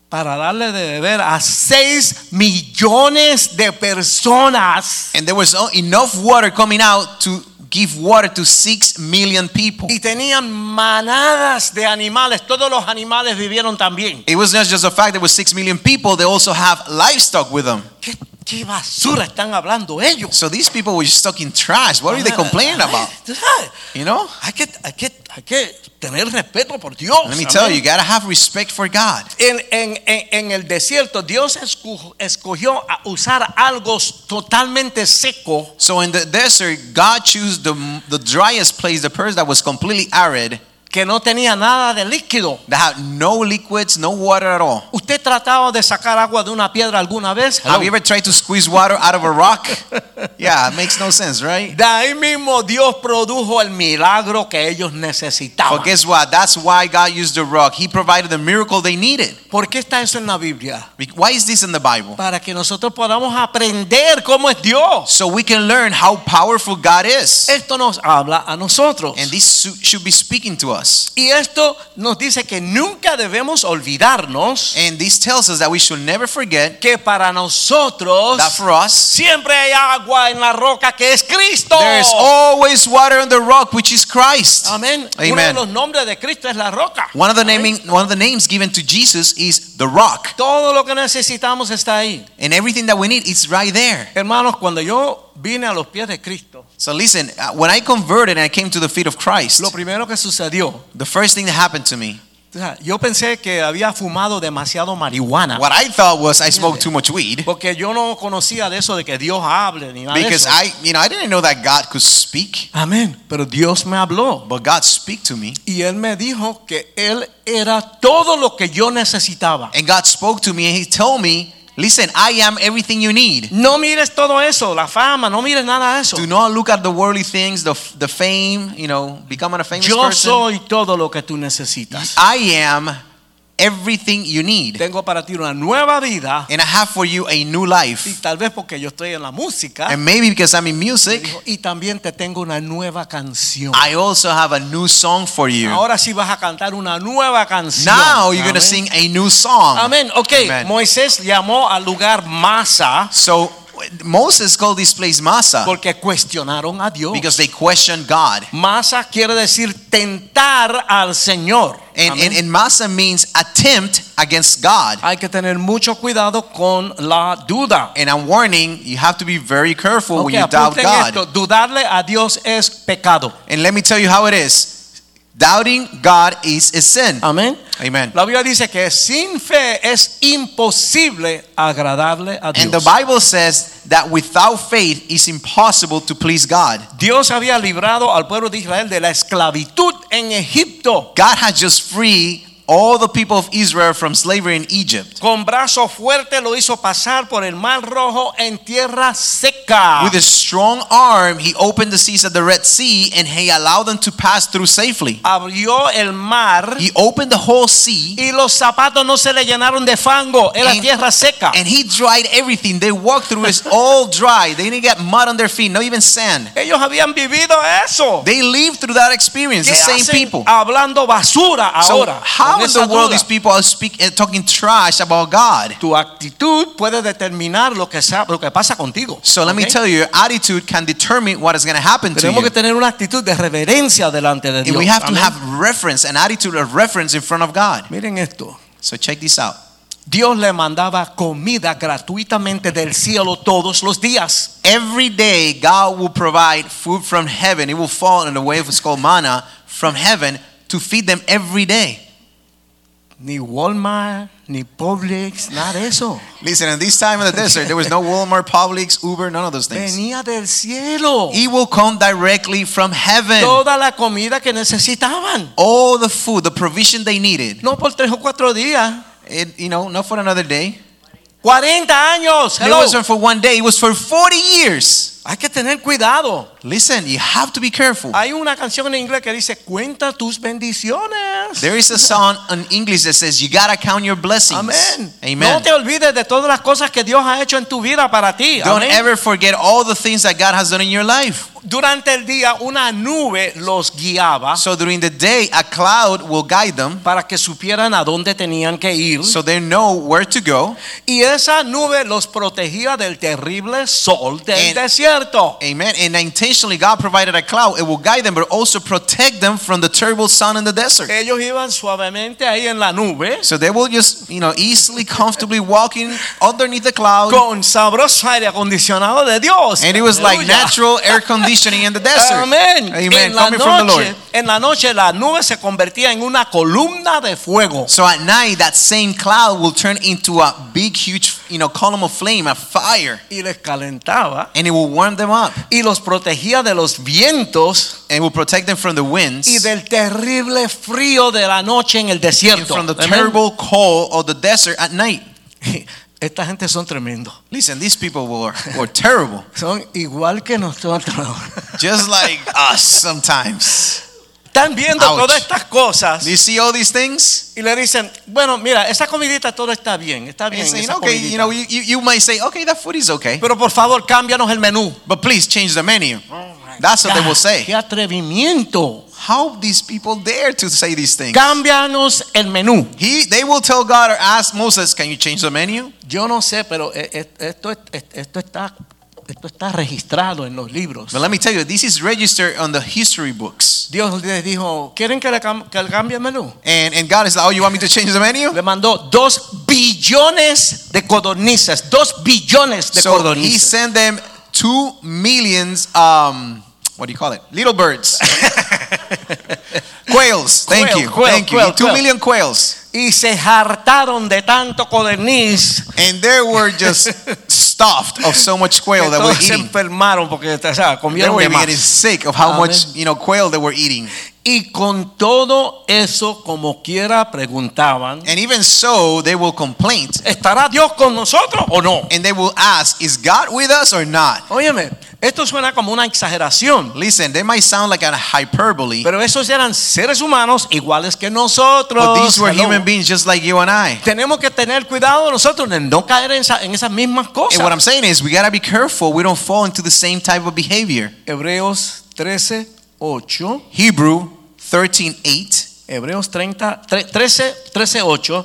A: Para darle de beber a 6 millones de personas.
B: And there was o- enough water coming out to give water to six million people.
A: Y tenían manadas de animales. Todos los animales vivieron también.
B: It was not just the fact that it was six million people, they also have livestock with them.
A: ¿Qué, qué basura están hablando ellos?
B: So these people were stuck in trash. What are they complaining about?
A: Tú sabes,
B: You know?
A: Hay que, hay que, hay que tener respeto por Dios.
B: Let me
A: amén.
B: tell you, you gotta have respect for God.
A: En, en- en- en el desierto, Dios escu- escogió a usar algo totalmente seco
B: So in the desert, God chose the, the driest place, the place that was completely arid,
A: que no tenía nada de líquido.
B: that had no liquids, no water at all.
A: ¿Usted trataba de sacar agua de una piedra alguna vez?
B: Have you ever tried to squeeze water out of a rock? yeah, it makes no sense, right?
A: De ahí mismo Dios produjo el milagro que ellos necesitaban.
B: But guess what? That's why God used the rock. He provided the miracle they needed.
A: ¿Por qué está eso en la Biblia?
B: Be- Why is this in the Bible?
A: Para que nosotros podamos aprender cómo es Dios.
B: So we can learn how powerful God is.
A: Esto nos habla a nosotros.
B: And this su- should be speaking to us.
A: Y esto nos dice que nunca debemos olvidarnos
B: And this tells us that we should never forget
A: que para nosotros
B: that for us,
A: siempre hay agua en la roca que es Cristo.
B: there is always water on the rock, which is Christ.
A: Amén. Uno de
B: Amen.
A: los nombres de Cristo es la roca.
B: One of the
A: Amén.
B: naming, one of the names given to Jesus is the rock,
A: Todo lo que necesitamos está ahí.
B: and everything that we need is right there.
A: Hermanos, cuando yo vine a los pies de Cristo,
B: So listen, uh, when I converted and I came to the feet of Christ,
A: lo primero que sucedió,
B: the first thing that happened to me,
A: o sea, yo pensé que había fumado demasiado marihuana.
B: what I thought was I smoked too much weed
A: Porque yo no conocía de eso de que Dios hable ni nada de
B: because
A: eso.
B: I, you know, I didn't know that God could speak,
A: Amén. Pero Dios me habló.
B: but God speak to me,
A: Y Él me dijo que Él era todo lo que yo necesitaba.
B: and God spoke to me, and He told me, "Listen, I am everything you need."
A: No mires todo eso, la fama, no mires nada de eso.
B: Do not look at the worldly things, the the fame, you know, becoming a famous
A: Yo
B: person.
A: soy todo lo que tú necesitas.
B: I am everything you need,
A: Tengo para ti una nueva vida.
B: and I have for you a new
A: Y
B: life.
A: tal vez porque yo estoy en la música.
B: And maybe because I'm in music,
A: Dijo, y también te tengo una nueva canción.
B: I also have a new song for you.
A: Ahora sí vas a cantar una nueva canción.
B: Now you're going to
A: Amén.
B: sing a new song.
A: Amén. Ok,
B: Amen.
A: Moisés llamó al lugar Masa.
B: So Moses called this place Massa
A: porque cuestionaron a Dios.
B: because they questioned God.
A: Masa quiere decir tentar al Señor.
B: And,
A: Amén.
B: and, and Massa means attempt against God.
A: Hay que tener mucho cuidado con la duda.
B: And I'm warning, you have to be very careful
A: Ok,
B: when you doubt
A: apunten
B: God.
A: esto, dudarle a Dios es pecado.
B: And let me tell you how it is. Doubting God is a sin.
A: Amén.
B: Amen.
A: La Biblia dice que sin fe es imposible agradarle a Dios.
B: And the Bible says that without faith it's impossible to please God.
A: Dios había librado al pueblo de Israel de la esclavitud en Egipto.
B: God had just freed all the people of Israel from slavery in Egypt.
A: Con brazo fuerte lo hizo pasar por el mar rojo en tierra seca.
B: With a strong arm, he opened the seas of the Red Sea and he allowed them to pass through safely.
A: Abrió el mar
B: He opened the whole sea
A: y los zapatos no se le llenaron de fango, era
B: En-
A: tierra seca.
B: and he dried everything. They walked through it all dry. They didn't get mud on their feet, not even sand.
A: Ellos habían vivido eso.
B: They lived through that experience,
A: ¿Qué
B: the same
A: hacen
B: people.
A: hablando basura
B: So
A: ahora? con
B: how in
A: esa
B: the world
A: duda?
B: these people are speak, uh, talking trash about God?
A: Tu actitud puede determinar lo que, sa- lo que pasa contigo.
B: So let me
A: ¿ok?
B: tell you, your attitude can determine what is going to happen to
A: Tenemos que
B: you.
A: tener una actitud de reverencia delante de
B: And
A: Dios.
B: we have to
A: Amén.
B: have reference, an attitude of reference in front of God.
A: Miren esto.
B: So check this out.
A: Dios le mandaba comida gratuitamente del cielo todos los días.
B: Every day, God will provide food from heaven. It will fall in the way of what's called manna from heaven to feed them every day.
A: Ni Walmart, ni Publix, nada de eso.
B: Listen, at this time in the desert, there was no Walmart, Publix, Uber, none of those things.
A: Venía del cielo.
B: It will come directly from heaven.
A: toda la comida que necesitaban.
B: All the food, the provision they needed.
A: No por tres o cuatro días.
B: It, you know, not for another day.
A: 40 años.
B: It
A: hello.
B: wasn't for one day, it was for 40 years.
A: Hay que tener cuidado.
B: Listen, you have to be careful.
A: Hay una canción en inglés que dice, cuenta tus bendiciones.
B: There is a song in English that says, You gotta count your blessings.
A: Amén. No
B: Amen.
A: te olvides de todas las cosas que Dios ha hecho en tu vida para ti.
B: Don't
A: Amén.
B: ever forget all the things that God has done in your life.
A: Durante el día una nube los guiaba
B: So during the day, a cloud will guide them
A: para que supieran a dónde tenían que ir.
B: so they know where to go.
A: y esa nube los protegía del terrible sol del
B: And-
A: desierto.
B: Amen. And intentionally, God provided a cloud. It will guide them, but also protect them from the terrible sun in the desert.
A: Ellos iban suavemente ahí en la nube
B: So they will just, you know, easily, comfortably walking underneath the cloud.
A: con sabroso aire acondicionado de Dios.
B: And it was like
A: Aleluya.
B: natural air conditioning in the desert.
A: Amén.
B: Amen.
A: En la
B: Coming from the Lord.
A: noche, en la noche la nube se convertía en una columna de fuego.
B: So at night, that same cloud will turn into a big, huge, you know, column of flame, a fire,
A: y les calentaba
B: and it will warm them up,
A: y los protegía de los vientos
B: and it will protect them from the winds
A: y del terrible frío de la noche en el
B: and
A: desierto.
B: from the
A: Amén.
B: terrible cold of the desert at night.
A: Esta gente son tremendos.
B: Listen, these people were were terrible,
A: Son igual que nosotros.
B: just like us sometimes.
A: Están viendo
B: Ouch.
A: todas estas cosas
B: Do you see all these things?
A: y le dicen, bueno, mira, esa comidita todo está bien, está
B: And
A: bien.
B: saying,
A: esa
B: okay,
A: comidita.
B: you know, you, you, you might say, okay, that food is okay,
A: Pero por favor, cámbianos el menú.
B: but please change the menu. That's what they will say.
A: Qué atrevimiento.
B: How these people dare to say these things?
A: Cámbianos el menú.
B: He, they will tell God or ask Moses, can you change the menu?
A: Yo no sé, pero eh, eh, esto, es- esto está, esto está registrado en los libros.
B: But let me tell you, this is registered on the history books.
A: Dios les dijo, ¿quieren que le, cam- que le cambie el menú?
B: And, and God is like, oh, you want me to change the menu?
A: Le mandó dos billones de codornices, dos billones de
B: So he
A: codornices.
B: sent them two millions, um, what do you call it? Little birds. quails. Thank
A: Quail,
B: you.
A: quail,
B: Thank you.
A: quail,
B: Two
A: quail.
B: million quails.
A: Y se hartaron de tanto codorniz
B: And they were just stuffed of so much
A: que
B: quail that
A: todos
B: were
A: se
B: eating.
A: enfermaron porque o sea,
B: They
A: comieron
B: were
A: de
B: even
A: más.
B: getting sick of how
A: Amen.
B: much, you know, quail they were eating.
A: Y con todo eso, como quiera, preguntaban,
B: And even so, they will complain.
A: ¿estará Dios con nosotros o no?
B: And they will ask, is God with us or not?
A: Óyeme, esto suena como una exageración.
B: Listen, they might sound like a hyperbole,
A: Pero esos eran seres humanos iguales que nosotros.
B: but these were
A: Hello.
B: human beings just like you and I.
A: Tenemos que tener cuidado nosotros de no caer en, esa- en esas mismas
B: And what I'm
A: cosas.
B: saying is, we gotta be careful. We don't fall into the same type of behavior.
A: Hebreos 13, 8.
B: Hebrew 13:8.
A: Hebreos 30, tre- 13, 13, 8.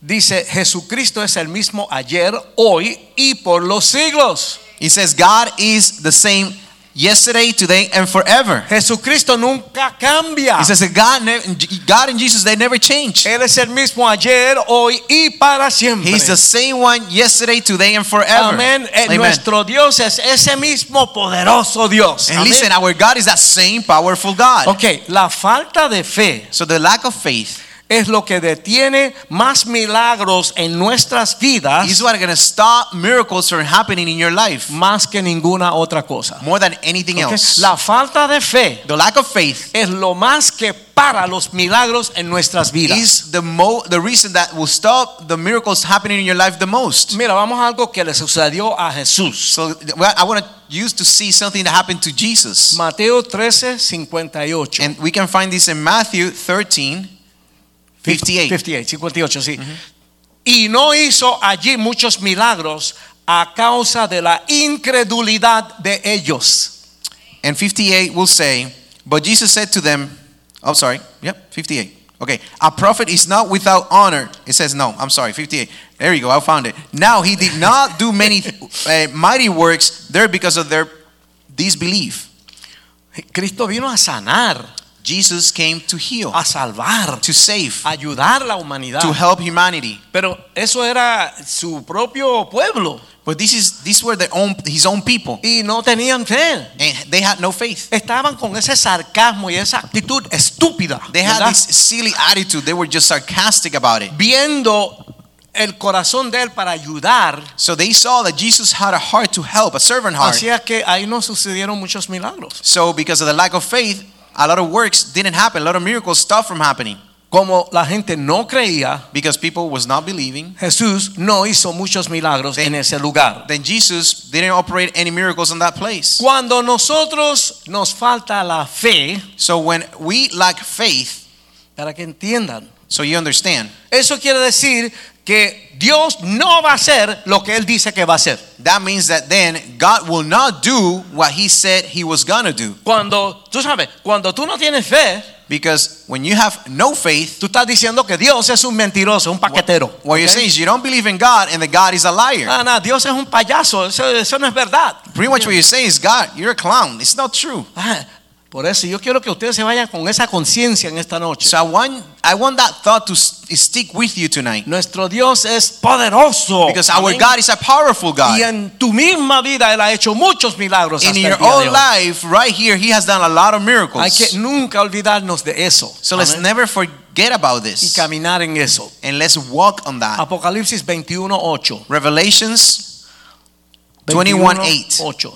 A: Dice, Jesucristo es el mismo ayer, hoy y por los siglos.
B: He says, God is the same yesterday, today, and forever.
A: Jesucristo nunca cambia.
B: He says that God, ne- God and Jesus, they never change.
A: Él es el mismo ayer, hoy y para siempre.
B: He's the same one yesterday, today, and forever.
A: Amén. Eh, Nuestro Dios es ese mismo poderoso Dios.
B: And
A: Amén.
B: listen, our God is that same powerful God.
A: ok, la falta de fe
B: So the lack of faith
A: es lo que detiene más milagros en nuestras vidas
B: is what going to stop miracles from happening in your life
A: más que ninguna otra cosa.
B: more than anything
A: Ok,
B: else.
A: La falta de fe
B: The lack of faith
A: es lo más que para los milagros en nuestras vidas.
B: is the mo- the reason that will stop the miracles happening in your life the most.
A: Mira, vamos a algo que le sucedió a Jesús.
B: So th- well, I want to use to see something that happened to Jesus.
A: Mateo 13, 58.
B: And we can find this in Matthew 13, 58.
A: 58, 58, sí. Y no hizo allí muchos milagros a causa de la incredulidad de ellos.
B: And 58 will say, But Jesus said to them, Oh, sorry. Yep, 58. Okay. A prophet is not without honor. It says, No, I'm sorry, 58. There you go. I found it. Now he did not do many uh, mighty works there because of their disbelief.
A: Cristo vino a sanar,
B: Jesus came to heal,
A: a salvar,
B: to save,
A: a ayudar a la humanidad.
B: to help humanity.
A: Pero eso era su propio pueblo
B: But this is these were their own his own people.
A: y no tenían fe.
B: And they had no faith.
A: Estaban con ese sarcasmo y esa actitud estúpida.
B: They had
A: ¿verdad?
B: this silly attitude. They were just sarcastic about it.
A: Viendo el corazón de él para ayudar,
B: So they saw that Jesus had a heart to help, a servant heart.
A: hacía que ahí no sucedieron muchos milagros.
B: So because of the lack of faith, a lot of works didn't happen. A lot of miracles stopped from happening
A: Como la gente no creía,
B: because people was not believing.
A: Jesús no hizo muchos milagros en ese lugar.
B: Then Jesus didn't operate any miracles in that place.
A: Cuando nosotros nos falta la fe,
B: So when we lack faith,
A: para que entiendan,
B: so you understand,
A: eso quiere decir que Dios no va a hacer lo que Él dice que va a hacer.
B: that means that then God will not do what he said he was gonna do.
A: Cuando, tú sabes, cuando tú no tienes fe,
B: Because when you have no faith,
A: tú estás diciendo que Dios es un mentiroso, un paquetero.
B: what you're
A: ¿ok?
B: saying is you don't believe in God and that God is a liar.
A: Ah, no, Dios es un payaso, eso, eso no es verdad.
B: Pretty much what you're saying is God, you're a clown. It's not true.
A: Ah, por eso yo quiero que ustedes se vayan con esa conciencia en esta noche.
B: So I want I want that thought to s- stick with you tonight.
A: Nuestro Dios es poderoso.
B: Because our
A: Amén.
B: God is a powerful God.
A: y en tu misma vida él ha hecho muchos milagros.
B: in
A: hasta
B: your
A: el día de
B: own
A: hoy.
B: life, right here, He has done a lot of miracles.
A: Hay que nunca olvidarnos de eso.
B: so let's
A: Amén.
B: never forget about
A: y
B: this,
A: caminar en eso.
B: and let's walk on that.
A: Apocalipsis 21:8.
B: Revelations 21:8.
A: 8.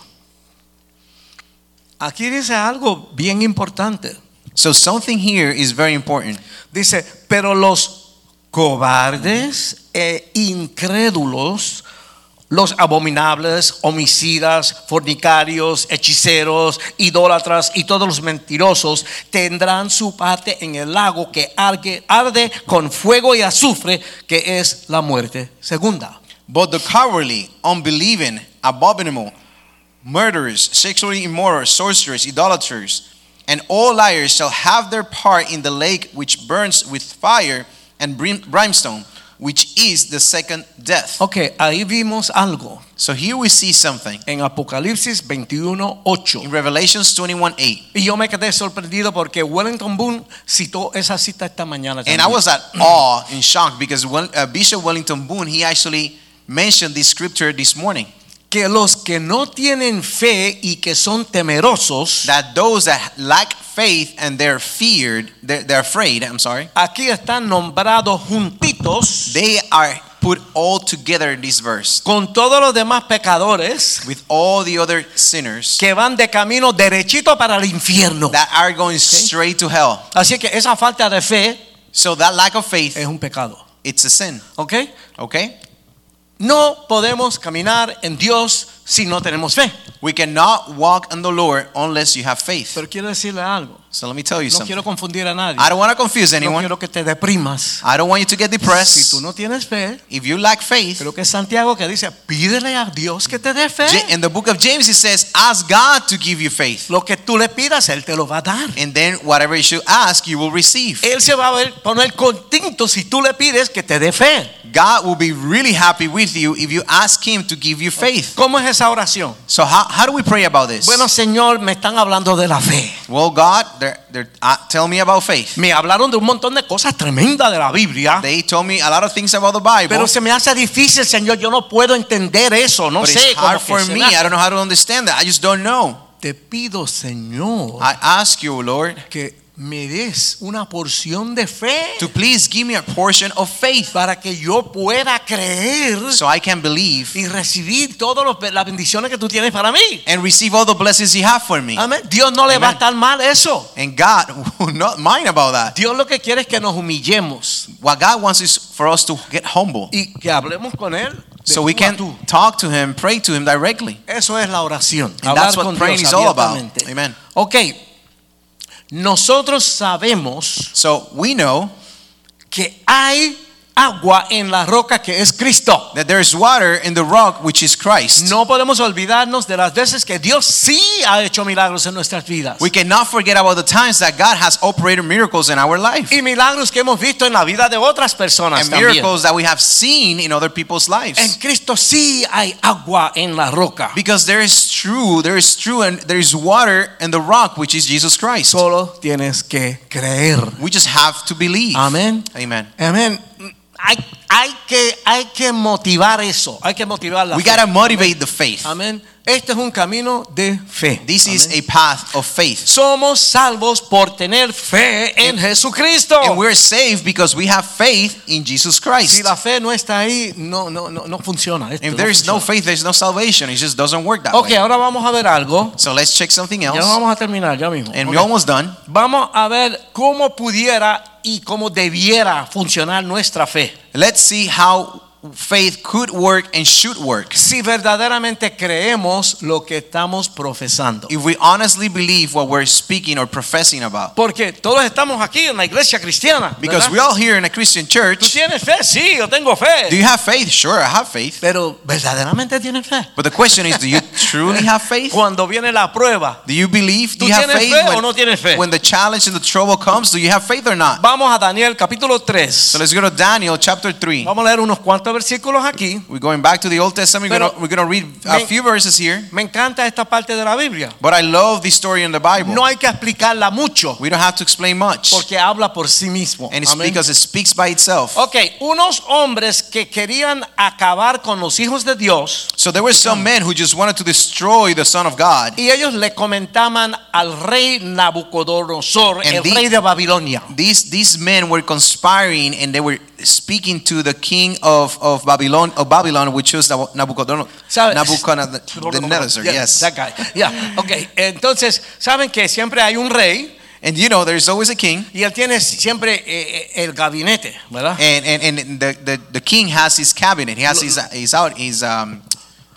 A: Aquí dice algo bien importante.
B: So something here is very important.
A: Dice, pero los cobardes e incrédulos, los abominables, homicidas, fornicarios, hechiceros, idólatras y todos los mentirosos tendrán su parte en el lago que arde, arde con fuego y azufre, que es la muerte segunda.
B: But the cowardly, unbelieving, abominable, murderers, sexually immoral, sorcerers, idolaters, and all liars shall have their part in the lake which burns with fire and brim- brimstone, which is the second death.
A: Ok, ahí vimos algo
B: So here we see something
A: en Apocalipsis 21, 8.
B: in Revelations 21:8.
A: Y yo me quedé sorprendido porque Wellington Boone citó esa cita esta mañana.
B: And
A: también.
B: I was at awe and shocked because Wel- uh, Bishop Wellington Boone he actually mentioned this scripture this morning
A: que los que no tienen fe y que son temerosos,
B: that those that lack faith and they're feared they're, they're afraid I'm sorry
A: aquí están nombrados juntitos
B: they are put all together in this verse
A: con todos los demás pecadores
B: with all the other sinners
A: que van de camino derechito para el infierno.
B: that are going straight to hell
A: Así que esa falta de fe
B: so that lack of faith
A: es un pecado,
B: it's a sin
A: ¿ok?
B: okay
A: No podemos caminar en Dios si no tenemos fe.
B: we cannot walk on the Lord unless you have faith
A: Pero quiero decirle algo.
B: So let me tell you
A: No
B: something.
A: quiero confundir a nadie.
B: I don't want to confuse
A: No
B: anyone.
A: quiero que te deprimas.
B: I don't want you to get
A: Si
B: depressed.
A: tú no tienes fe,
B: If you lack faith,
A: creo que es Santiago que dice, pídele a Dios que te dé
B: Ja-
A: fe.
B: in the book of James, it says, ask God to give you faith.
A: Lo que tú le pidas, Él te lo va a dar.
B: And then whatever you should ask, you will receive.
A: Él se va a ver- poner contento si tú le pides que te dé fe.
B: God will be really happy with you if you ask Him to give you faith.
A: ¿Cómo es esa oración?
B: So, how, how do we pray about this?
A: Bueno, Señor, me están hablando de la fe.
B: Well, God, they're, they're, uh, tell me about faith.
A: Me hablaron de un montón de cosas tremendas de la Biblia.
B: They told me a lot of things about the Bible.
A: Pero se me hace difícil, Señor. Yo no puedo entender eso. No
B: but
A: sé
B: it's
A: cómo
B: hard
A: que
B: for
A: se
B: me.
A: me hace.
B: I don't know how to understand that. I just don't know.
A: Te pido, Señor,
B: I ask you, Lord,
A: que me des una porción de fe
B: to please give me a portion of faith
A: para que yo pueda creer
B: so I can believe
A: y recibir todas las bendiciones que tú tienes para mí.
B: and receive all the blessings you have for me.
A: Amén. Dios no le va a
B: Amén.
A: estar mal eso.
B: And God will not mind about that.
A: Dios lo que quiere es que nos humillemos
B: What God wants is for us to get humble
A: y que hablemos con él. de
B: so we
A: tú a
B: can
A: tú.
B: talk to Him, pray to Him directly.
A: Eso es la oración.
B: And that's what
A: con
B: praying
A: Dios
B: is all about.
A: abiertamente.
B: Amen.
A: Ok. Nosotros sabemos
B: So we know
A: que hay agua en la roca que es Cristo.
B: that there is water in the rock, which is Christ.
A: No podemos olvidarnos de las veces que Dios sí ha hecho milagros en nuestras vidas.
B: We cannot forget about the times that God has operated miracles in our life
A: y milagros que hemos visto en la vida de otras personas
B: and
A: también.
B: miracles that we have seen in other people's
A: En
B: lives.
A: Cristo sí hay agua en la roca.
B: Because there is true, there is true, and there is water in the rock, which is Jesus Christ.
A: Solo tienes que creer.
B: We just have to believe.
A: Amén.
B: Amen.
A: Amén. Hay, hay que, hay que motivar eso. Hay que motivar la
B: We
A: fe.
B: gotta motivate the faith.
A: Amén. Este es un camino de fe.
B: This is
A: Amén.
B: a path of faith.
A: Somos salvos por tener fe en Jesucristo.
B: And we're saved because we have faith in Jesus
A: Si
B: Christ.
A: la fe no está ahí, no, no, no, no funciona. esto,
B: If
A: no
B: there is no
A: funciona.
B: faith, there's no salvation. It just doesn't work that
A: Ok,
B: way.
A: ahora vamos a ver algo.
B: So let's check something
A: Ya
B: else.
A: vamos a terminar, ya mismo. Ok.
B: And we're almost done.
A: Vamos a ver cómo pudiera y cómo debiera funcionar nuestra fe.
B: Let's see how faith could work and should work.
A: Si verdaderamente creemos lo que estamos profesando.
B: If we honestly believe what we're speaking or professing about.
A: Porque todos estamos aquí en la iglesia cristiana.
B: Because
A: ¿verdad?
B: we all here in a Christian
A: ¿Tú
B: church,
A: tienes fe? Sí, yo tengo fe.
B: do you have faith? Sure, I have faith.
A: Pero verdaderamente tienes fe.
B: But the question is, do you truly have faith?
A: Cuando viene la prueba,
B: Do you believe? Do
A: ¿Tú
B: you have
A: tienes
B: faith?
A: fe o no tienes fe?
B: when the challenge and the trouble comes, do you have faith or not?
A: vamos a Daniel capítulo 3.
B: So let's go to Daniel chapter 3.
A: vamos a leer unos cuantos versículos aquí.
B: We're going back to the Old Testament. We're
A: Pero-
B: gonna- We're going to read
A: Me-
B: a few verses here.
A: Me encanta esta parte de la Biblia.
B: But I love the story in the Bible.
A: No hay que explicarla mucho
B: We don't have to explain much.
A: porque habla por sí mismo.
B: And it's
A: Amén.
B: because it speaks by itself.
A: Ok, unos hombres que querían acabar con los hijos de Dios
B: So there were some men who just wanted to destroy the Son of God.
A: y ellos le comentaban al rey Nabucodonosor,
B: And
A: el
B: the-
A: rey de Babilonia.
B: These, these men were conspiring and they were speaking to the king of, of Babylon, of Babylon, which was Nabu- Nabucodonosor.
A: ¿Sabe?
B: Nabucodonosor,
A: Yeah,
B: yes.
A: that guy. Yeah, okay. Entonces, saben que siempre hay un rey
B: And you know, there's always a king.
A: y él tiene siempre eh, eh, el gabinete, ¿verdad?
B: And, and, and the, the, the king has his cabinet. He has his, his, out, his um,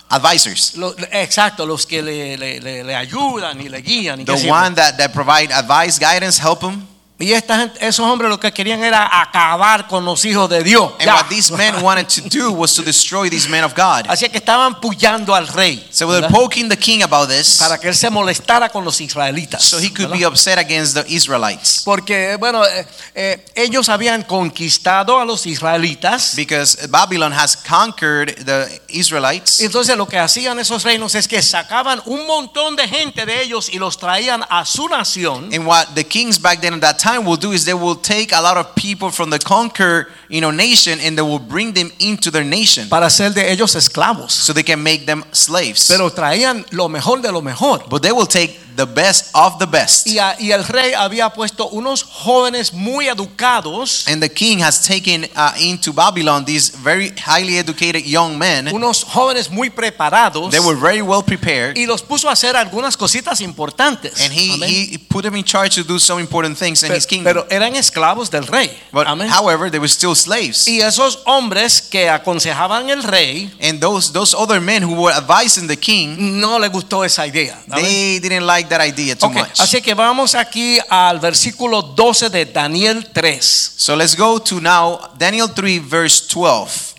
B: advisors.
A: Lo- exacto, los que le, le- le- le ayudan y le guían. Y, qué sé
B: The
A: yo.
B: one that, that provide advice, guidance, help him.
A: Y esta gente- esos hombres lo que querían era acabar con los hijos de Dios.
B: And
A: Ya.
B: what these men wanted to do was to destroy these men of God.
A: Así que estaban puyando al rey
B: So they're
A: ¿verdad?
B: poking the king about this
A: para que él se molestara con los israelitas.
B: so he could
A: ¿verdad?
B: be upset against the Israelites.
A: Porque, bueno, eh, eh, ellos habían conquistado a los israelitas.
B: Because Babylon has conquered the Israelites.
A: Entonces lo que hacían esos reinos es que sacaban un montón de gente de ellos y los traían a su nación
B: And what the kings back then at that time will do is they will take a lot of people from the conquer you know, nation and they will bring them into their nation
A: para hacer de ellos esclavos.
B: so they can make them slaves.
A: Pero traían lo mejor de lo mejor.
B: But they will take the best of the best.
A: Y, a- y el rey había puesto unos jóvenes muy educados,
B: And the king has taken uh, into Babylon these very highly educated young men.
A: unos jóvenes muy preparados
B: They were very well prepared.
A: y los puso a hacer algunas cositas importantes.
B: And he,
A: Amén.
B: he put them in charge to do some important things in
A: Pe-
B: his kingdom.
A: Pero eran esclavos del rey.
B: But
A: Amén.
B: however, they were still slaves.
A: Y esos hombres que aconsejaban al rey
B: And those those other men who were advising the king,
A: no le gustó esa idea. ¿saben?
B: they didn't like that idea too
A: Ok,
B: much.
A: así que vamos aquí al versículo 12 de Daniel 3.
B: So let's go to now Daniel 3 verse 12.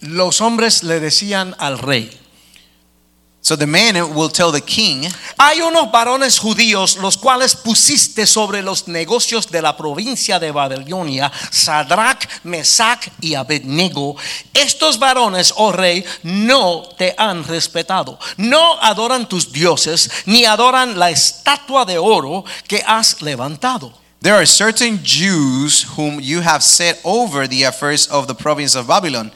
A: Los hombres le decían al rey,
B: So the man will tell the king,
A: hay unos varones judíos los cuales pusiste sobre los negocios de la provincia de Babilonia, Sadrach, Mesach y Abednego. Estos varones, oh rey, no te han respetado. No adoran tus dioses, ni adoran la estatua de oro que has levantado.
B: There are certain Jews whom you have set over the affairs of the province of Babylon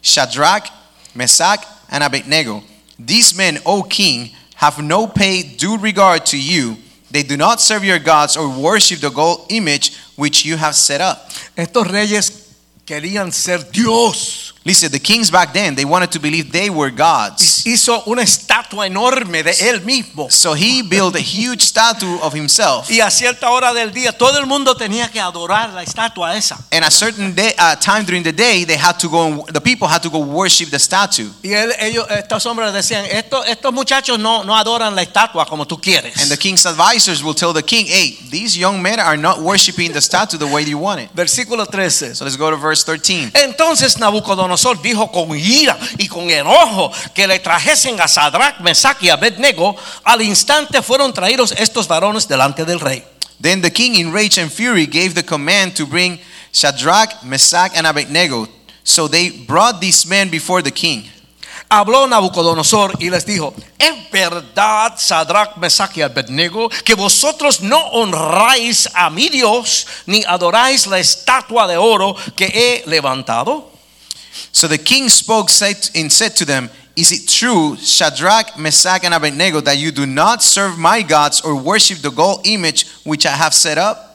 B: Shadrach, Meshach, and Abednego. These men, O king, have no pay due regard to you. They do not serve your gods or worship the gold image which you have set up.
A: Estos reyes querían ser Dios.
B: Listen, the kings back then, they wanted to believe they were gods.
A: hizo una estatua enorme de él mismo.
B: So he built a huge statue of himself.
A: Y a cierta hora del día todo el mundo tenía que adorar la estatua esa.
B: And a certain day, uh, time during the day, they had to go. And, the people had to go worship the statue.
A: Y él, ellos, estos hombres decían, estos, estos muchachos no, no adoran la estatua como tú
B: And
A: quieres.
B: the king's advisors will tell the king, hey, these young men are not worshiping the statue the way you want it.
A: Versículo 13.
B: So let's go to verse 13.
A: Entonces Nabucodonosor dijo con ira y con enojo que le trajesen a Sadrach, Mesach y Abednego. Al instante fueron traídos estos varones delante del rey.
B: Then the king, in rage and fury, gave the command to bring Shadrach, Meshach, and Abednego. So they brought these men before the king.
A: Habló Nabucodonosor y les dijo, es verdad, Sadrach, Mesach y Abednego, que vosotros no honráis a mi Dios, ni adoráis la estatua de oro que he levantado.
B: So the king spoke said, and said to them, Is it true, Shadrach, Meshach, and Abednego, that you do not serve my gods or worship the gold image which I have set up?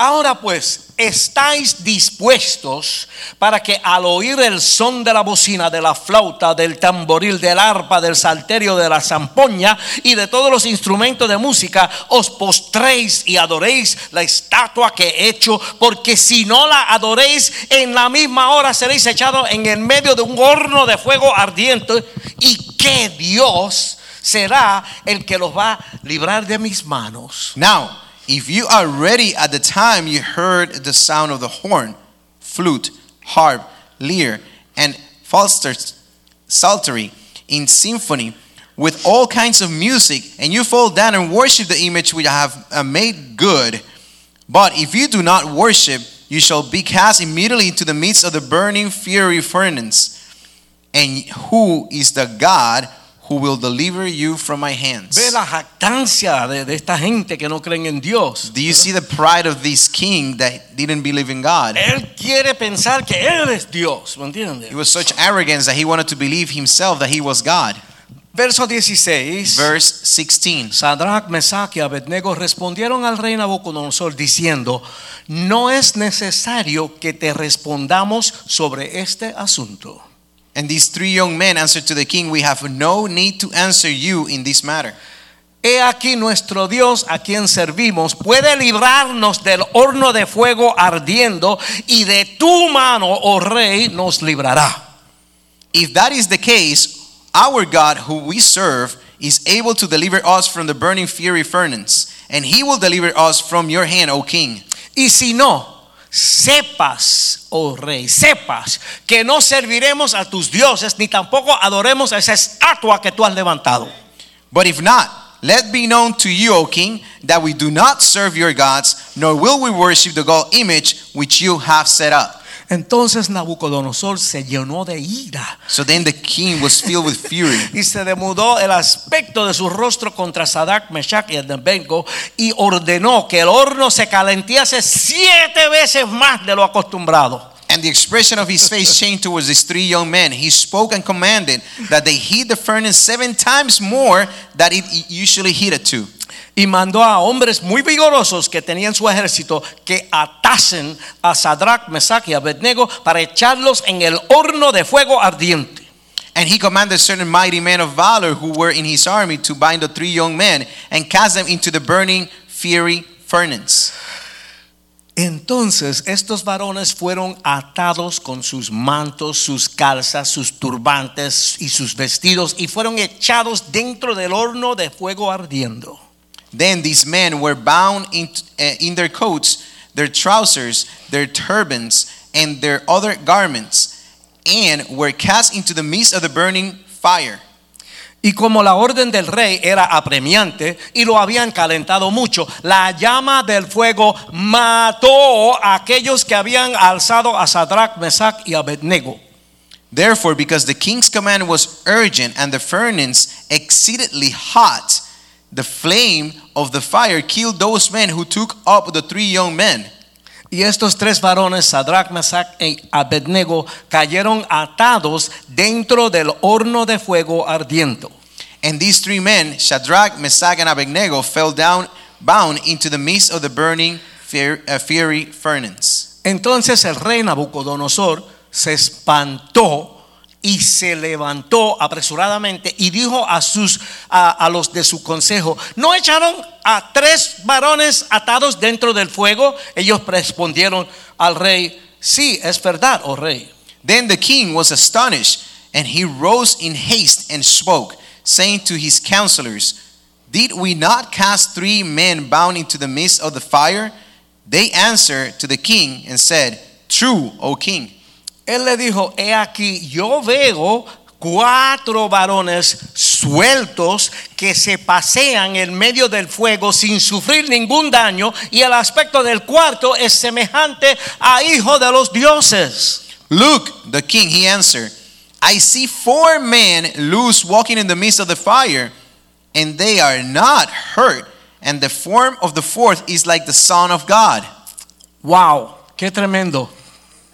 A: Ahora pues, ¿estáis dispuestos para que al oír el son de la bocina, de la flauta, del tamboril, del arpa, del salterio, de la zampoña y de todos los instrumentos de música, os postréis y adoréis la estatua que he hecho? Porque si no la adoréis, en la misma hora seréis echados en el medio de un horno de fuego ardiente. ¿Y qué Dios será el que los va a librar de mis manos?
B: Now, if you are ready at the time you heard the sound of the horn, flute, harp, lyre, and falster, psaltery, in symphony, with all kinds of music, and you fall down and worship the image which I have uh, made good. But if you do not worship, you shall be cast immediately into the midst of the burning fiery furnace. And who is the God who will deliver you from my hands?
A: Ve la jactancia de, de esta gente que no creen en Dios.
B: Do you see the pride of this king that didn't believe in God?
A: Él quiere pensar que Él es Dios, ¿me entiendes?
B: It was such arrogance that he wanted to believe himself that he was God.
A: Verso 16.
B: Verse 16.
A: Sadrach, Mesach y Abednego respondieron al rey Nabucodonosor diciendo, no es necesario que te respondamos sobre este asunto.
B: And these three young men answered to the king, We have no need to answer you in this matter.
A: He aquí nuestro Dios a quien servimos puede librarnos del horno de fuego ardiendo y de tu mano, oh rey, nos librará.
B: If that is the case, our God, who we serve, is able to deliver us from the burning fiery furnace, and he will deliver us from your hand, O king.
A: Y si no, sepas, oh rey, sepas que no serviremos a tus dioses ni tampoco adoremos a esa estatua que tú has levantado.
B: But if not, let be known to you, O king, that we do not serve your gods, nor will we worship the gold image which you have set up.
A: Entonces Nabucodonosor se llenó de ira
B: So then the king was filled with fury,
A: y se demudó el aspecto de su rostro contra Sadak, Meshach y Abednego y ordenó que el horno se calentase siete veces más de lo acostumbrado.
B: and the expression of his face changed towards these three young men. He spoke and commanded that they heat the furnace seven times more than it usually heated to.
A: Y mandó a hombres muy vigorosos que tenían su ejército que atasen a Sadrach, Mesach y Abednego para echarlos en el horno de fuego ardiente.
B: And he commanded certain mighty men of valor who were in his army to bind the three young men and cast them into the burning fiery furnace.
A: Entonces estos varones fueron atados con sus mantos, sus calzas, sus turbantes y sus vestidos y fueron echados dentro del horno de fuego ardiendo.
B: Then these men were bound in, eh, in their coats, their trousers, their turbans, and their other garments, and were cast into the midst of the burning fire.
A: Y como la orden del rey era apremiante y lo habían calentado mucho, la llama del fuego mató a aquellos que habían alzado a Sadrach, Mesach y Abednego.
B: Therefore, because the king's command was urgent and the furnace exceedingly hot, the flame of the fire killed those men who took up the three young men.
A: Y estos tres varones, Sadrach, Mesach y Abednego, cayeron atados dentro del horno de fuego ardiendo.
B: And these three men, Shadrach, Meshach, and Abednego, fell down bound into the midst of the burning fear- uh, fiery furnace.
A: Entonces el rey Nabucodonosor se espantó y se levantó apresuradamente y dijo a sus a, a los de su consejo, ¿no echaron a tres varones atados dentro del fuego? Ellos respondieron al rey, sí, es verdad, oh rey.
B: Then the king was astonished, and he rose in haste and spoke, saying to his counselors, Did we not cast three men bound into the midst of the fire? They answered to the king and said, True, O king.
A: Él le dijo, he aquí, yo veo cuatro varones sueltos que se pasean en medio del fuego sin sufrir ningún daño y el aspecto del cuarto es semejante a hijo de los dioses.
B: Look, the king, he answered, I see four men loose walking in the midst of the fire, and they are not hurt, and the form of the fourth is like the Son of God.
A: Wow, qué tremendo.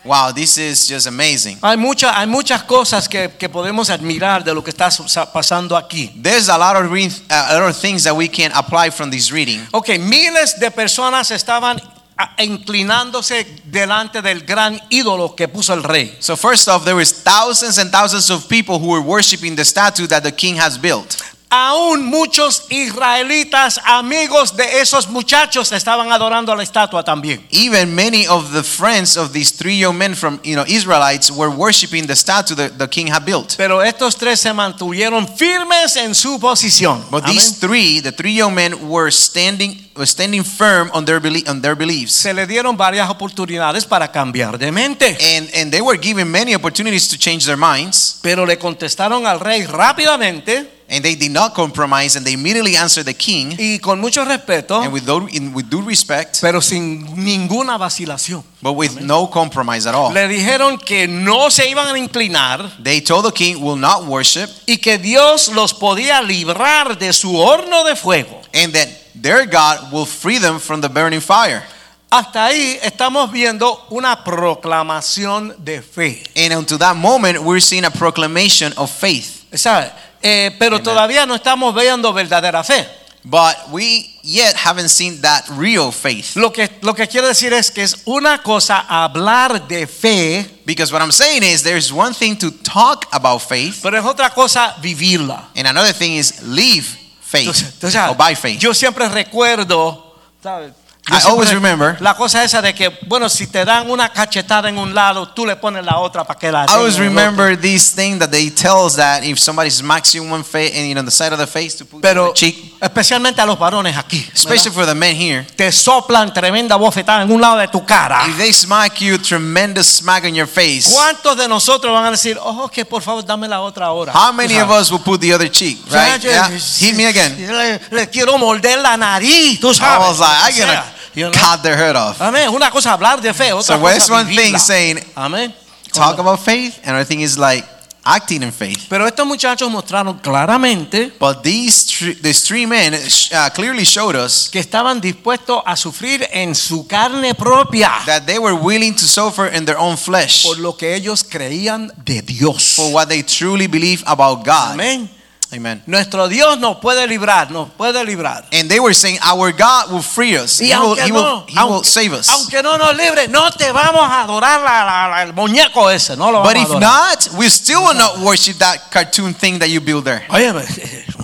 B: Wow, this is just amazing.
A: Hay, mucha- hay muchas cosas que, que podemos admirar de lo que está su- sa- pasando aquí.
B: There's a lot of re- a lot of things that we can apply from this reading.
A: Ok, miles de personas estaban ah, inclinándose delante del gran ídolo que puso el rey.
B: So first off, there was thousands and thousands of people who were worshiping the statue that the king has built.
A: Aún muchos israelitas amigos de esos muchachos estaban adorando a la estatua también.
B: Even many of the friends of these three young men from you know Israelites were worshiping the statue that the king had built.
A: Pero estos tres se mantuvieron firmes en su posición.
B: But
A: Amén.
B: these three, the three young men, were standing were standing firm on their belie- on their beliefs,
A: se le dieron varias oportunidades para cambiar de mente.
B: and and they were given many opportunities to change their minds,
A: Pero le contestaron al rey rápidamente
B: and they did not compromise, and they immediately answered the king,
A: y con mucho respeto,
B: and with, though, in, with due respect,
A: pero sin ninguna vacilación.
B: but with no compromise at all.
A: Le dijeron que no se iban a inclinar
B: They told the king, "Will not worship."
A: y que Dios los podía librar de su horno de fuego.
B: and that their God will free them from the burning fire.
A: Hasta ahí estamos viendo una proclamación de fe.
B: And until that moment, we're seeing a proclamation of faith.
A: ¿Sabe? Eh, pero todavía no estamos viendo verdadera fe.
B: But we yet haven't seen that real faith.
A: Lo que, lo que quiero decir es que es una cosa hablar de fe,
B: Because what I'm saying is, there's one thing to talk about faith,
A: pero es otra cosa vivirla.
B: and another thing is live
A: Entonces,
B: faith
A: entonces, ¿sabe?
B: or Oh, by faith.
A: Yo siempre recuerdo, ¿sabe? Yo
B: I
A: siempre
B: always
A: rec-
B: remember-
A: La cosa esa de que, bueno, si te dan una cachetada en un lado, tú le pones la otra para que la.
B: I always
A: tenga en el otro.
B: remember this thing that they tell us that if somebody smacks you in one face and you know the side of the face to put the
A: Pero
B: other cheek,
A: especialmente a los varones aquí. ¿verdad?
B: especially for the men here,
A: te soplan tremenda bofetada en un lado de tu cara.
B: if they smack you, tremendous smack on your face.
A: ¿Cuántos de nosotros van a decir, ojo, que por favor dame la otra hora?
B: How many of us will put the other cheek,
A: Tú
B: right?
A: sabes,
B: Yeah.
A: yo-
B: Hit me again.
A: Le, le quiero morder la nariz, tú
B: I
A: sabes.
B: was like,
A: lo que sea, you
B: I'm gonna
A: know. Uh,
B: cut their head off.
A: Amén. Una cosa hablar de fe, otra
B: So where's
A: cosa
B: one thing
A: vivirla.
B: saying
A: Amén.
B: talk about faith, and another thing is like acting in faith.
A: Pero estos muchachos mostraron claramente
B: But these three, these three men sh- uh, clearly showed us
A: que estaban dispuestos a sufrir en su carne propia
B: that they were willing to suffer in their own flesh
A: por lo que ellos creían de Dios.
B: for what they truly believe about God.
A: Amén.
B: Amen.
A: Nuestro Dios nos puede librar, nos puede librar.
B: And they were saying, "Our God will free us.
A: Y
B: He will,
A: aunque
B: he
A: no,
B: will, he
A: aunque-
B: will save us.
A: aunque no nos libre, no te vamos a adorar la- la- la- el muñeco ese, no lo vamos
B: But
A: a
B: if
A: adorar.
B: not, we still will not worship that cartoon thing that you build there."
A: Oye, eran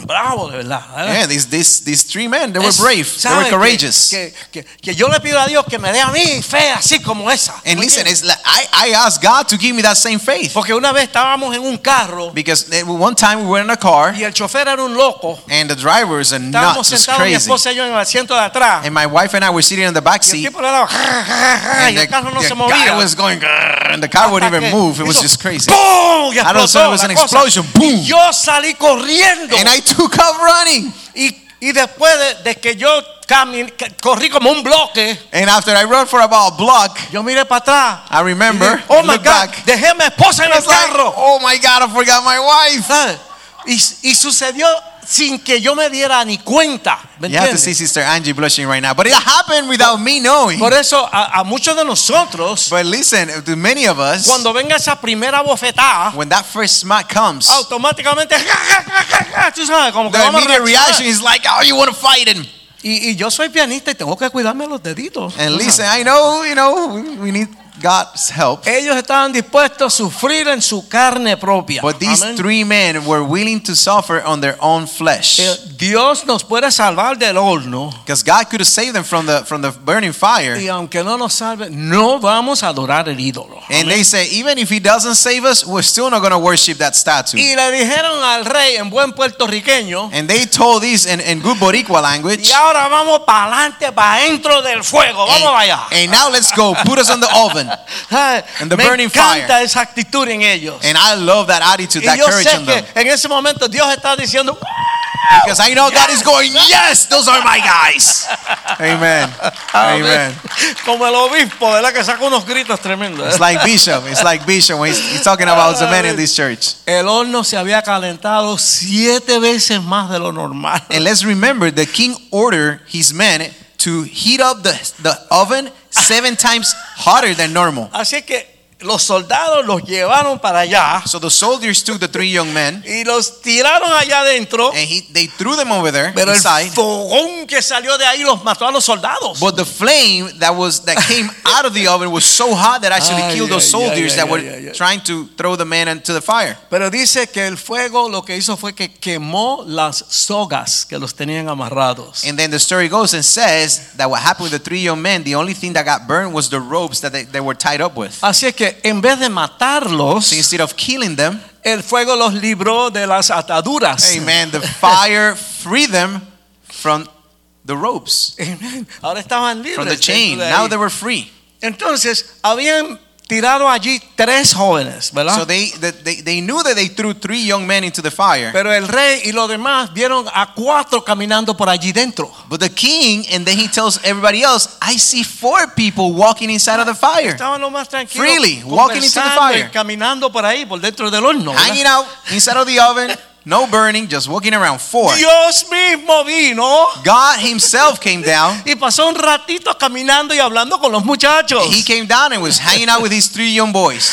A: bravos, de verdad. ¿verdad?
B: Yeah, these, these, these three men, they were
A: Es-
B: brave, they
A: ¿sabe
B: were
A: que-
B: courageous.
A: Que, que- que yo le pido a Dios que me dé a mí fe así como esa.
B: And
A: ¿me
B: listen,
A: entiendes?
B: it's like I, I asked God to give me that same faith.
A: Porque una vez estábamos en un carro
B: Because eh, one time we were in a car
A: y el chofer era un loco.
B: and the driver is a nut,
A: Estábamos
B: just
A: sentados mi
B: crazy.
A: esposa y yo en el asiento de atrás.
B: And my wife and I were sitting in the back
A: Y el
B: seat
A: tipo le daba y
B: and the,
A: el carro no
B: the
A: se
B: guy
A: movía.
B: was going "Grrr," and the car wouldn't
A: Hasta
B: even
A: que
B: move. It was
A: hizo
B: just crazy.
A: ¡Boom! Y
B: I don't
A: explotó
B: know, it was
A: la
B: an
A: cosa.
B: explosion. Boom.
A: Y yo salí corriendo.
B: And I took off running.
A: y, y después de, de que yo camin- que corrí como un bloque,
B: And after I run for about a block,
A: yo miré para atrás.
B: I remember,
A: Y dije, oh my
B: look
A: God,
B: back.
A: dejé a mi esposa en
B: I
A: el
B: was like,
A: carro. Ah.
B: oh my God, I forgot my wife.
A: ¿sabes? Y, y sucedió sin que yo me diera ni cuenta. ¿me
B: You have to
A: entiendes?
B: see Sister Angie blushing right now. But it happened without me knowing.
A: Por eso a, a muchos de nosotros,
B: But listen, to many of us,
A: cuando venga esa primera bofetada,
B: when that first smack comes,
A: Oh, automáticamente, ja, ja, ja, ja, ja, tú sabes, como que
B: the
A: vamos a
B: immediate
A: reaccionar.
B: reaction is like, oh, you want to fight him.
A: Y, y yo soy pianista y tengo que cuidarme los deditos.
B: And
A: Ajá.
B: listen, I know, you know, we, we need God's help.
A: Ellos estaban dispuestos a sufrir en su carne propia.
B: But these
A: Amén.
B: three men were willing to suffer on their own flesh.
A: Eh, Dios nos puede salvar del horno
B: Because God could have saved them from the from the burning fire.
A: y aunque no nos salve, no vamos a adorar el ídolo.
B: And they say, even if he doesn't save us, we're still not going to worship that statue.
A: Y le dijeron al rey en buen puertorriqueño,
B: And they told this in, in good Boricua language.
A: y ahora vamos para adelante, para dentro del fuego, vamos
B: And,
A: allá.
B: and now let's go. Put us on the oven.
A: Ay,
B: and the
A: Me
B: burning
A: encanta
B: fire.
A: esa actitud en ellos.
B: And I love that attitude,
A: y
B: that
A: yo
B: courage
A: sé
B: in them.
A: que en ese momento Dios está diciendo,
B: Because I know God is going, yes, those are my guys. Amen. Amen.
A: eh, Como el obispo, ¿verdad? Que saca unos gritos tremendos. ¿eh?
B: It's like Bishop. It's like Bishop when he's, he's talking about the men in this church.
A: El horno se había calentado siete veces más de lo normal.
B: And let's remember the king ordered his men to heat up the, the oven seven times hotter than normal.
A: Así que los soldados los llevaron para allá
B: So the soldiers took the three young men
A: y los tiraron allá adentro.
B: and he, they threw them over there
A: Pero el
B: inside.
A: fogón que salió de ahí los mató a los soldados.
B: But the flame that was that came out of the oven was so hot that actually
A: Ay,
B: killed those
A: ay, ay,
B: soldiers
A: ay,
B: that were
A: ay, ay, ay.
B: trying to throw the man into the fire.
A: Pero dice que el fuego lo que hizo fue que quemó las sogas que los tenían amarrados.
B: And then the story goes and says that what happened with the three young men, the only thing that got burned was the ropes that they, they were tied up with.
A: Así es que en vez de matarlos,
B: So instead of killing them,
A: el fuego los libró de las ataduras.
B: amen, the fire freed them from the ropes,
A: Amen. Ahora estaban libres.
B: from the chain.
A: dentro de
B: Now
A: ahí.
B: they were free.
A: Entonces, habían tirado allí tres jóvenes, ¿verdad?
B: So they, that they they knew that they threw three young men into the fire.
A: Pero el rey y los demás vieron a cuatro caminando por allí dentro.
B: But the king, and then he tells everybody else, I see four people walking inside of the fire.
A: Estaban los más tranquilos.
B: Freely, walking into the
A: conversando
B: fire.
A: y caminando por ahí, por dentro del horno. ¿verdad?
B: hanging out inside of the oven, no burning, just walking around. Four.
A: Dios mismo vino
B: God Himself came down.
A: y pasó un ratito caminando y hablando con los muchachos.
B: He came down and was hanging out with these three young boys.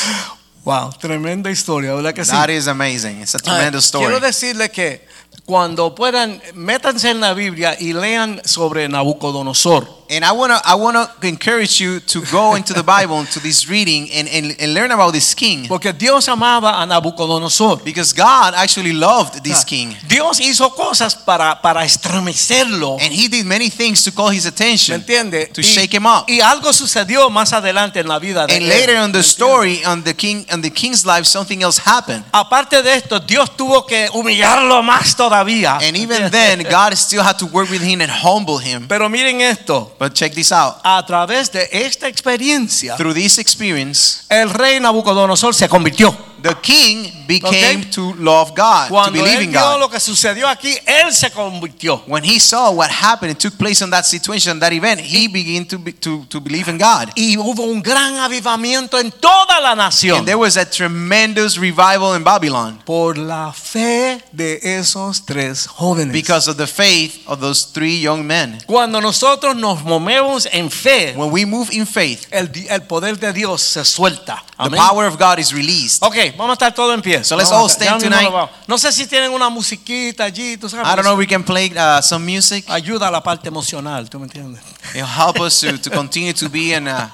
A: Wow, tremenda historia, ¿verdad que sí?
B: That is amazing. It's a
A: Ah,
B: tremendous story.
A: Quiero decirle que cuando puedan, métanse en la Biblia y lean sobre Nabucodonosor.
B: And I wanna I wanna encourage you to go into the Bible, into this reading, and, and, and learn about this king.
A: Porque Dios amaba a Nabucodonosor.
B: Because God actually loved
A: Ah.
B: this king.
A: Dios hizo cosas para, para estremecerlo.
B: And he did many things to call his
A: ¿Me
B: attention.
A: entiende?
B: To
A: y,
B: shake him up.
A: y algo sucedió más adelante en la vida de
B: And
A: él.
B: later
A: ¿Me
B: on
A: entiende?
B: the story on the king on the king's life, something else happened.
A: Aparte de esto, Dios tuvo que humillarlo más todavía.
B: And even
A: ¿Entiende?
B: then, God still had to work with him and humble him.
A: Pero miren esto,
B: But check this out.
A: a través de esta experiencia,
B: Through this experience,
A: el rey Nabucodonosor se convirtió.
B: the king became
A: Okay.
B: to love God, to
A: Cuando
B: believe
A: él
B: in
A: vio
B: God.
A: lo que sucedió aquí, él se convirtió.
B: When he saw what happened, it took place on that situation, that event, he began to, be, to, to believe in God.
A: Y hubo un gran avivamiento en toda la nación
B: And there was a tremendous revival in Babylon
A: por la fe de esos tres jóvenes.
B: because of the faith of those three young men.
A: Cuando nosotros nos movemos en fe,
B: When we move in faith,
A: el, di- el poder de Dios se suelta.
B: the
A: Amén.
B: power of God is released.
A: Ok, vamos a estar todo en pie.
B: So let's
A: Vamos a
B: all
A: estar-
B: stand
A: ya mismo nos
B: tonight.
A: vamos. No sé si tienen una musiquita allí, tú sabes.
B: I don't know, we can play uh, some music.
A: Ayuda a la parte emocional, ¿tú me entiendes?
B: It'll help us to, to continue to be in, uh,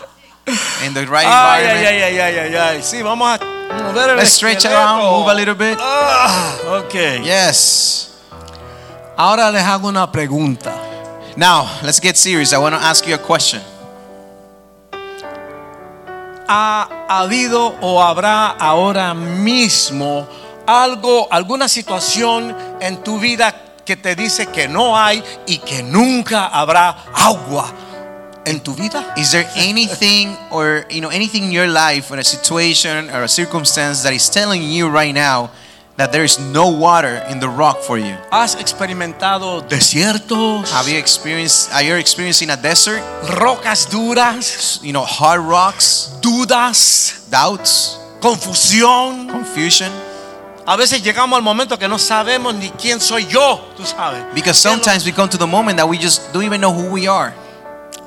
B: in the right
A: Ay, ay,
B: environment.
A: ay, ay, ay, ay, ay. Sí, vamos a mover el
B: Let's stretch
A: esqueleto.
B: around, move a little bit.
A: Ah, ok.
B: Yes.
A: Ah, Ahora les hago una pregunta.
B: Now, let's get serious. I want to ask you a question.
A: ¿Ha habido o habrá ahora mismo algo, alguna situación en tu vida que te dice que no hay y que nunca habrá agua en tu vida?
B: Is there anything or you know anything in your life or a situation or a circumstance that is telling you right now that there is no water in the rock for you?
A: ¿Has experimentado desiertos,
B: Have you experienced are you experiencing a desert?
A: rocas duras,
B: You know, hard rocks,
A: dudas,
B: doubts,
A: confusión?
B: confusion.
A: A veces llegamos al momento que no sabemos ni quién soy yo, tú sabes.
B: Because sometimes we come to the moment that we just don't even know who we are.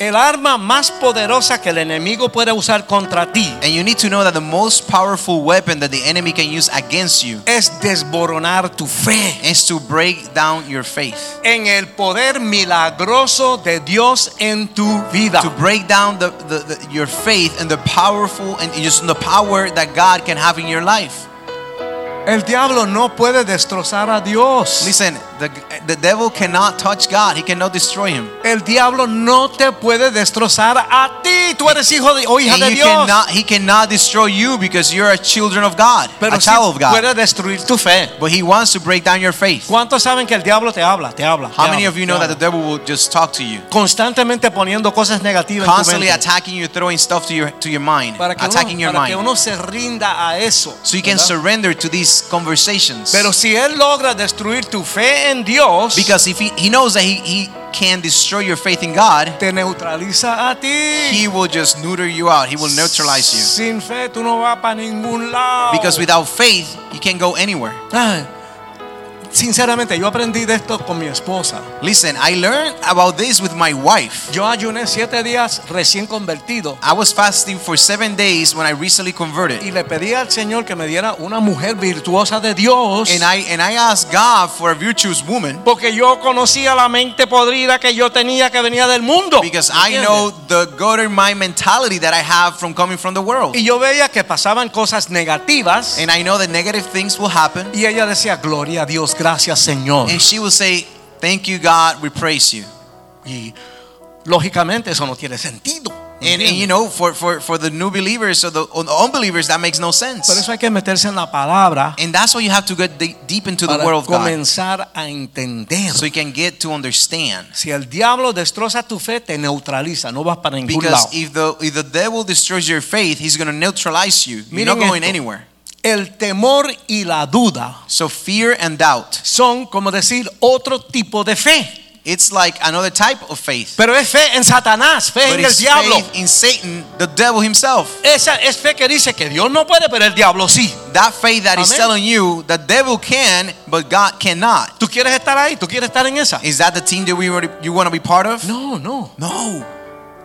A: El arma más poderosa que el enemigo puede usar contra ti
B: And you need to know that the most powerful weapon that the enemy can use against you
A: es desboronar tu fe.
B: is to break down your faith.
A: En el poder milagroso de Dios en tu
B: To
A: vida.
B: break down the, the, the- your faith and the powerful and just the power that God can have in your life.
A: El diablo no puede destrozar a Dios.
B: Listen, the, the devil cannot touch God. He cannot destroy him.
A: El diablo no te puede destrozar a ti. Tú eres hijo de, o hija
B: And
A: de
B: you
A: Dios.
B: cannot, he cannot destroy you because you're a children of God,
A: Pero
B: a
A: sí
B: child of God.
A: puede destruir tu fe.
B: But he wants to break down your faith.
A: ¿Cuántos saben que el diablo te habla? Te habla.
B: How
A: te
B: many
A: habla,
B: of you
A: te
B: know that
A: habla?
B: the devil will just talk to you?
A: constantemente poniendo cosas negativas en tu
B: Constantly
A: mente.
B: attacking you, throwing stuff to your to your mind,
A: para que,
B: attacking
A: uno,
B: your
A: para que
B: mind.
A: uno se rinda a eso.
B: So you can
A: ¿verdad?
B: surrender to these conversations.
A: Pero si él logra destruir tu fe en Dios,
B: Because if he, he knows that he, he can destroy your faith in God,
A: te neutraliza a ti.
B: he will just neuter you out. He will neutralize you.
A: Sin fe tú no vas para ningún lado.
B: Because without faith, you can't go anywhere.
A: Ay, sinceramente, yo aprendí de esto con mi esposa.
B: Listen, I learned about this with my wife.
A: Yo ayuné siete días recién convertido
B: I was fasting for seven days when I recently converted.
A: y le pedí al Señor que me diera una mujer virtuosa de Dios.
B: And I and I asked God for a virtuous woman
A: Porque yo conocía la mente podrida que yo tenía que venía del mundo.
B: because I
A: ¿Entiendes?
B: know the gutter mind mentality that I have from coming from the world.
A: Y yo veía que pasaban cosas negativas.
B: And I know that negative things will happen.
A: Y ella decía, gloria a Dios, gracias Señor.
B: And she will say, Thank you, God, we praise you.
A: Y lógicamente eso no tiene sentido.
B: And, and you
A: ¿entiendes?
B: know, for, for, for the new believers or the or the unbelievers, that makes no
A: Por
B: sense.
A: eso hay que meterse en la palabra
B: And that's why you have to get de- deep into the
A: para
B: Word of God
A: comenzar a entender.
B: so you can get to understand.
A: Si el diablo destroza tu fe, te neutraliza, no vas para ningún lado.
B: Because if the if the devil destroys your faith, he's going to neutralize you. You're not
A: Miren
B: going
A: esto.
B: anywhere.
A: El temor y la duda
B: So fear and doubt,
A: son, como decir, otro tipo de fe.
B: it's like another type of faith.
A: Pero es fe en Satanás, fe
B: But
A: en el
B: it's
A: diablo.
B: faith in Satan, the devil himself.
A: Esa es fe que dice que Dios no puede, pero el diablo sí.
B: That faith that is
A: Amen.
B: telling you the devil can, but God cannot.
A: ¿Tú quieres estar ahí? ¿Tú quieres estar en esa?
B: Is that the team that we were, you want to be part of?
A: No, no.
B: No.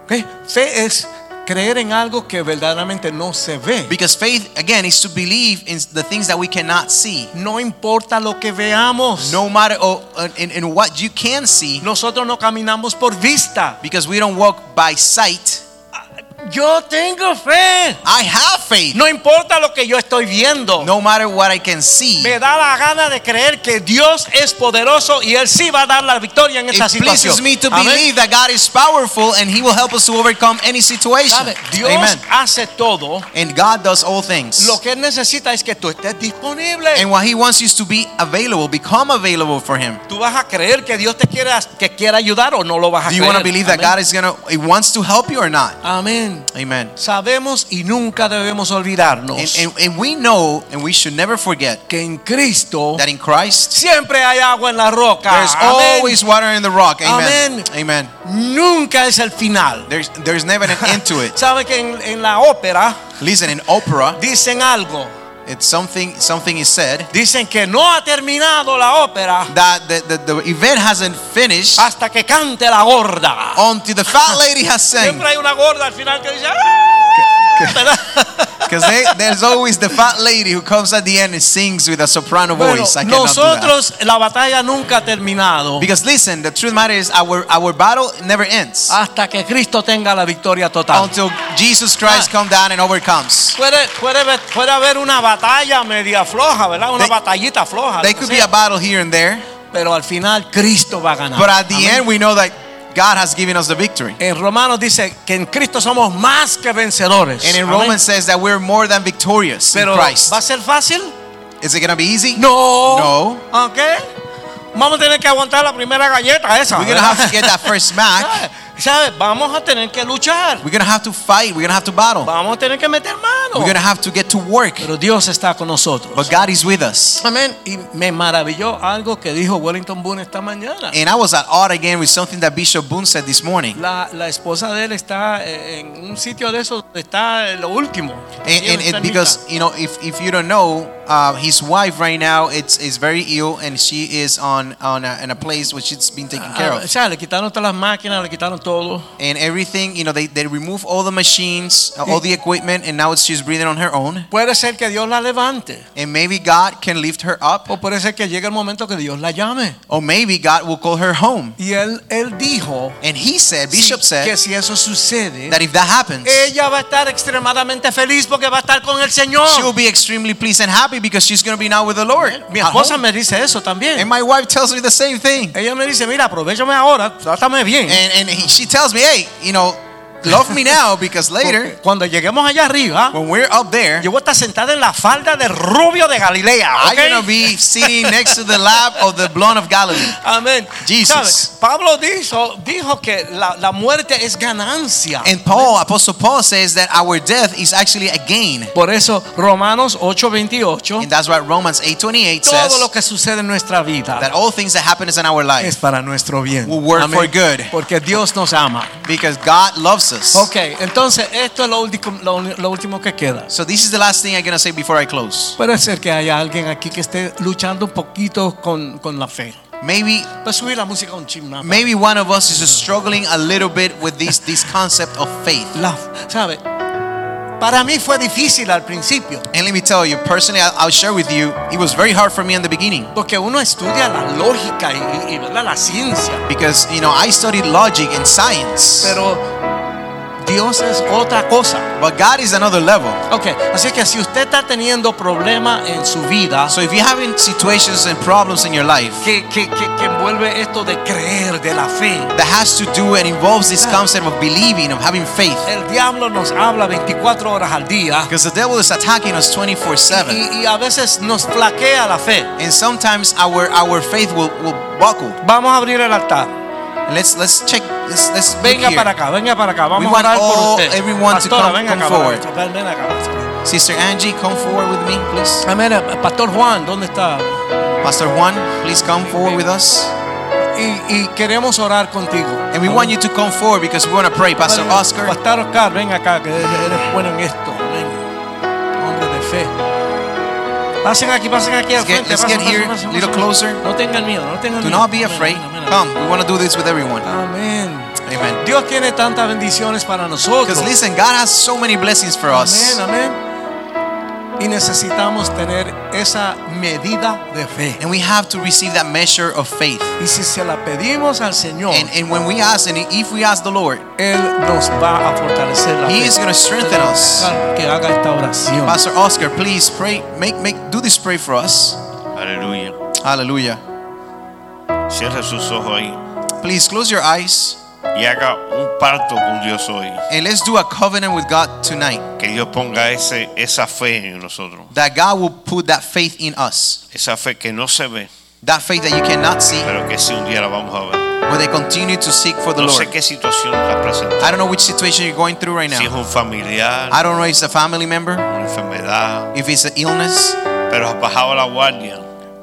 A: ¿ok? Fe es creer en algo que verdaderamente no se ve.
B: Because faith again is to believe in the things that we cannot see.
A: No importa lo que veamos.
B: No matter oh, uh, in, in what you can see,
A: Nosotros no caminamos por vista.
B: because we don't walk by sight.
A: Yo tengo fe.
B: I have faith.
A: No importa lo que yo estoy viendo.
B: no matter what I can see.
A: Me da la gana de creer que Dios es poderoso y Él sí va a dar la victoria en esta
B: It
A: situación.
B: pleases me to
A: Amén.
B: believe that God is powerful and He will help us to overcome any situation.
A: Sabe, Dios
B: Amen.
A: hace todo.
B: And God does all things.
A: Lo que Él necesita es que tú estés disponible.
B: And what He wants you is to be available, become available for Him.
A: ¿Tú vas a creer que Dios te quiere, que quiere ayudar o no lo vas a
B: Do you
A: creer?
B: want to believe that
A: Amén.
B: God is gonna, He wants to help you or not?
A: Amén.
B: Amen.
A: Sabemos y nunca debemos olvidarnos
B: And, and, and we know, and we should never forget
A: que en Cristo
B: that in Christ
A: siempre hay agua en la roca.
B: there's
A: Ah, Amén.
B: always water in the rock. Amen.
A: Amén.
B: Amen.
A: Nunca es el final.
B: There's there's never an end to it.
A: ¿Sabe que en, en la ópera
B: Listen, in opera,
A: dicen algo?
B: it's something something is said
A: Dicen que no ha terminado la ópera
B: that the, the, the event hasn't finished
A: hasta que cante la gorda.
B: until the fat lady has sang.
A: Siempre hay una gorda al final que dice... "Ah", ¿verdad?
B: Because there's always the fat lady who comes at the end and sings with a soprano
A: Bueno,
B: voice. I cannot do that.
A: nosotros la batalla nunca ha terminado.
B: Because listen, the truth matter is our our battle never ends
A: hasta que Cristo tenga la victoria total.
B: until Jesus
A: Ah.
B: Christ come down and overcomes.
A: Puede, puede, ver- puede haber una batalla media floja, ¿verdad? Una
B: They-
A: batallita floja.
B: There
A: lo
B: could
A: que
B: be
A: sea.
B: a battle here and there,
A: pero al final Cristo va a ganar.
B: But at the
A: Amén.
B: end, we know that God has given us the victory.
A: en Romanos dice que en Cristo somos más que vencedores.
B: And in
A: Amén.
B: Romans says that we're more than victorious in
A: pero
B: Christ.
A: ¿va a ser fácil?
B: Is it going to be easy?
A: No.
B: No.
A: ¿Ok? Vamos a tener que aguantar la primera galleta esa.
B: We're going to
A: ¿verdad?
B: have to get that first smack.
A: ¿Sabes? ¿Sabes? Vamos a tener que luchar.
B: We're going to have to fight. We're going to have to battle.
A: Vamos a tener que meter mano.
B: We're going to have to get to work.
A: Pero Dios está con nosotros.
B: But God is with us.
A: Amén. Y me maravilló algo que dijo Wellington Boone esta mañana.
B: And I was at odd again with something that Bishop Boone said this morning.
A: La, la esposa de él está eh, en un sitio de esos donde está eh, lo último.
B: And,
A: Sí,
B: and, and
A: enfermita.
B: because you know, if, if you don't know, uh, his wife right now it's is very ill, and she is on on a, in a place where she's been taken care
A: Ah, o
B: of,
A: sea, le quitaron todas las máquinas, le quitaron todo.
B: and everything. You know, they they remove all the machines, uh, all the equipment, and now it's she's breathing on her own.
A: Puede ser que Dios la levante.
B: And maybe God can lift her up,
A: O puede ser que llegue el momento que Dios la llame.
B: or maybe God will call her home.
A: Y él, él dijo
B: And he said, Bishop
A: si- que
B: said
A: si eso sucede,
B: that if that happens,
A: ella va a estar extremadamente feliz porque va a estar con el Señor.
B: she will be extremely pleased and happy because she's going to be now with the Lord.
A: Mi
B: at
A: esposa
B: home.
A: me dice eso también.
B: And my wife tells me the same thing.
A: Ella me dice, mira, aprovechame ahora, trátame bien.
B: And, and he- she tells me, hey, you know, love me now because later,
A: Porque Cuando lleguemos allá arriba,
B: when we're up there,
A: yo voy a estar sentada en la falda del rubio de Galilea.
B: I'm
A: ¿ok?
B: going to be sitting next to the lap of the blonde of Galilee.
A: Amén.
B: Jesus.
A: ¿Sabe? Pablo dijo, dijo que la, la muerte es ganancia.
B: And Paul, Apostle Paul says that our death is actually a gain.
A: Por eso, Romanos 8:28,
B: And that's why Romans 8.28
A: todo lo
B: says
A: que sucede en nuestra
B: that
A: vida
B: all things that happen is in our
A: es
B: life
A: para nuestro bien.
B: will work for good
A: Porque Dios nos ama.
B: because God loves us.
A: Ok, entonces esto es lo, último- lo, lo último que queda.
B: So this is the last thing I'm going to say before I close.
A: Puede ser que haya alguien aquí que esté luchando un poquito con, con la fe.
B: Maybe
A: Pues subir la música un chin más.
B: maybe one of us is struggling a little bit with this, this concept of faith.
A: La- ¿Sabe? Para mí fue difícil al principio.
B: And let me tell you, personally, I'll, I'll share with you, it was very hard for me in the beginning
A: Porque uno estudia la lógica y, y- y, ¿verdad? la ciencia.
B: because, you know, I studied logic and science.
A: Pero Dios es otra cosa.
B: but God is another level.
A: Ok, así que si usted está teniendo problemas en su vida
B: So if you're having situations and problems in your life
A: que, que, que, que envuelve esto de creer, de la fe,
B: that has to do and involves this concept of believing, of having faith,
A: el diablo nos habla 24 horas al día
B: because the devil is attacking us 24 7.
A: y, y a veces nos flaquea la fe.
B: And sometimes our our faith will, will buckle.
A: Vamos a abrir el altar.
B: And let's let's check. Let's let's look
A: Venga
B: here.
A: para acá, venga para acá. Vamos
B: We
A: a
B: want
A: orar
B: all-
A: por usted.
B: everyone to
A: Pastora,
B: come-
A: venga
B: come
A: acá,
B: forward.
A: pastora, ven acá, pastora.
B: Sister Angie, come forward with me, please.
A: Amén. eh, Pastor Juan, ¿dónde está?
B: Pastor Juan, please come forward with us.
A: Y, y queremos orar contigo.
B: And we want you to come forward because we want to pray, Pastor
A: Padre,
B: Oscar.
A: Pastor Oscar, ven acá, que eres, eres bueno en esto. Amén. Hombre de fe. Pasen aquí, pasen aquí. al
B: Let's get,
A: frente,
B: let's
A: pasen,
B: get
A: pasen,
B: here
A: pasen,
B: a little
A: pasen.
B: closer.
A: No tengan miedo, no tengan
B: Do
A: miedo.
B: not be
A: Amén,
B: afraid.
A: amén, amén.
B: Come, we want to do this with everyone.
A: Amén.
B: Amen.
A: Dios tiene tantas bendiciones para
B: Because
A: nosotros.
B: listen, God has so many blessings for us.
A: Amén, amén. Y necesitamos tener esa medida de fe.
B: And we have to receive that measure of faith.
A: Y si se la pedimos al Señor,
B: And, and when we ask, and if we ask the Lord,
A: Él nos va a fortalecer la
B: He
A: fe.
B: is going to strengthen us.
A: Que haga esta oración.
B: Pastor Oscar, please pray, make, make, do this pray for us.
C: Aleluya.
B: Hallelujah.
C: Cierre sus ojos ahí
B: Please close your eyes
C: y haga un pacto con Dios hoy.
B: and let's do a covenant with God tonight
C: Que Dios ponga ese, esa fe en nosotros.
B: that God will put that faith in us.
C: Esa fe que no se ve,
B: That faith that you cannot see,
C: pero que sí un día la vamos a ver.
B: where they continue to seek for the
C: No
B: Lord.
C: sé qué situación está presentando.
B: I don't know which situation you're going through right
C: Si es
B: now.
C: un familiar,
B: I don't know if it's a family member,
C: una enfermedad,
B: if it's an illness,
C: pero has bajado la guardia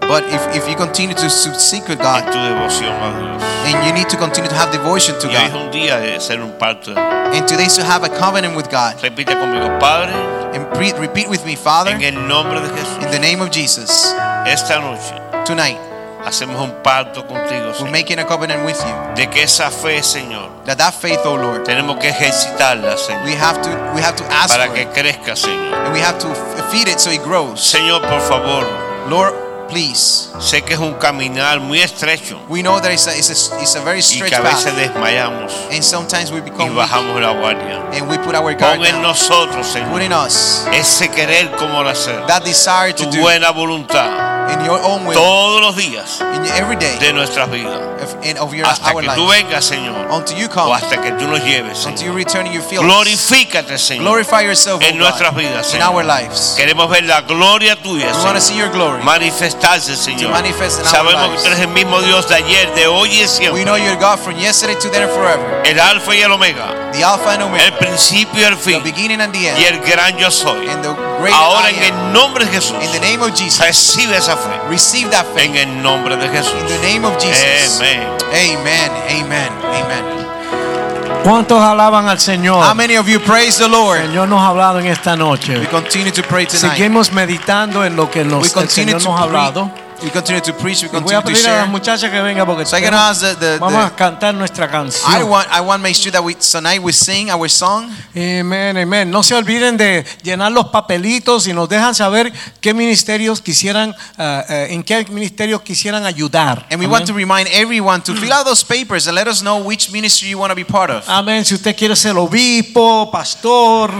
B: but if, if you continue to seek with God,
C: en tu devoción a Dios.
B: And you need to continue to have devotion to
C: Y hoy es
B: God.
C: un día de hacer un pacto.
B: And today's to have a covenant with God.
C: Repite conmigo, Padre,
B: And pre- repeat with me, Father,
C: en
B: in
C: el nombre de Jesús,
B: the name of Jesus,
C: esta noche
B: tonight,
C: hacemos un pacto contigo,
B: we're
C: Señor,
B: making a covenant with you.
C: de que esa fe, Señor,
B: That that faith, oh Lord,
C: tenemos que ejercitarla, Señor.
B: we have to we have to ask
C: para
B: for
C: que
B: it.
C: crezca, Señor.
B: And we have to f- feed it so it grows.
C: Señor, por favor,
B: Lord, please.
C: sé que es un caminar muy estrecho
B: We know that it's a, it's a, it's a very
C: y
B: stretched
C: que a veces
B: path.
C: desmayamos
B: And sometimes we
C: y
B: become weak.
C: bajamos la guardia.
B: And we put our guard
C: Pon en
B: down.
C: nosotros,
B: Put
C: Señor,
B: in us
C: ese querer como lo hacer,
B: that desire to
C: tu
B: do
C: buena voluntad
B: in your own will,
C: todos los días
B: in your every day
C: de nuestras vidas.
B: of, in, of your,
C: Hasta
B: our
C: que tú
B: life,
C: vengas, Señor,
B: until you
C: o
B: come,
C: hasta que tú nos lleves,
B: until
C: Señor.
B: you return and you feel us.
C: Glorifícate, Señor,
B: Glorify yourself, O
C: en
B: God,
C: nuestras vidas,
B: in our
C: Señor.
B: lives.
C: Queremos ver la gloria tuya,
B: We want to
C: Señor.
B: see your glory.
C: manifestarse, Señor.
B: manifest in our
C: Sabemos que
B: lives.
C: tú eres el mismo Dios de ayer, de hoy y
B: We
C: siempre.
B: know you're God from yesterday to then and forever,
C: El alfa y el omega,
B: the Alpha and
C: el
B: Omega,
C: principio y el
B: the
C: fin,
B: beginning and the
C: y
B: end,
C: el gran yo soy.
B: and the great
C: Ahora
B: I
C: en
B: am.
C: el nombre de Jesús,
B: In the name of Jesus,
C: recibe esa fe.
B: receive that faith.
C: En el nombre de Jesús.
B: In the name of Jesus.
C: Amén.
B: Amen. Amen. Amen.
A: ¿Cuántos alaban al Señor?
B: How many of you praise the Lord?
A: Señor nos ha hablado en esta
B: We
A: noche.
B: continue to pray tonight.
A: Seguimos meditando en lo que
B: We
A: nos, el
B: continue
A: Señor
B: to
A: nos ha hablado.
B: preach. We continue to preach. We
A: Y voy a
B: continue to
A: pedir a las
B: share.
A: muchachas que vengan porque
B: So I'm gonna
A: tenemos-
B: ask the- the-
A: vamos
B: the-
A: a cantar nuestra
B: I
A: canción.
B: want I want to make sure that we tonight we sing our song.
A: Amén, amén. No se olviden de llenar los papelitos y nos dejan saber qué ministerios quisieran, ah, eh, en qué ministerios quisieran ayudar.
B: And we
A: Amén.
B: want to remind everyone to fill out those papers and let us know which ministry you want to be part of.
A: Amén. Si usted quiere ser obispo, pastor,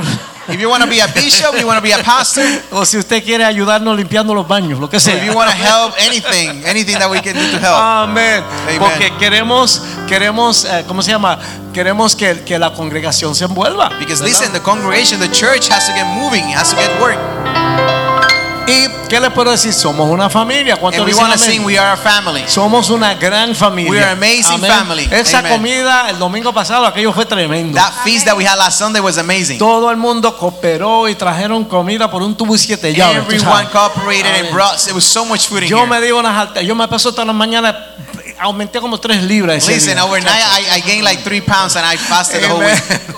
B: If you want to be a bishop, you want to be a pastor,
A: o si usted quiere ayudarnos limpiando los baños, lo que sea.
B: if you want to help anything, anything that we can do to help.
A: Amén.
B: Amen.
A: Porque queremos, queremos, eh, ¿cómo se llama? Queremos que, que la congregación se envuelva.
B: Because
A: ¿verdad?
B: listen, the congregation, the church has to get moving, it has to get work.
A: ¿Y qué les puedo decir? Somos una familia. ¿Cuántos
B: And we
A: dicen
B: want to
A: amén?
B: sing we are a family.
A: Somos una gran familia.
B: We are amazing
A: Amén.
B: family.
A: Esa
B: Amen.
A: comida el domingo pasado, aquello fue tremendo.
B: That feast that we had last Sunday was amazing.
A: Todo el mundo cooperó y trajeron comida por un tubo y siete llaves. tú
B: Everyone
A: sabes.
B: cooperated
A: Amén.
B: and brought. It was so much food in
A: Yo me
B: here.
A: digo unas altas. Yo me paso hasta la mañana. Aumenté como tres libras. Ese
B: Listen,
A: día.
B: overnight I, I gained like three pounds and I fasted the whole
A: Amen.
B: week.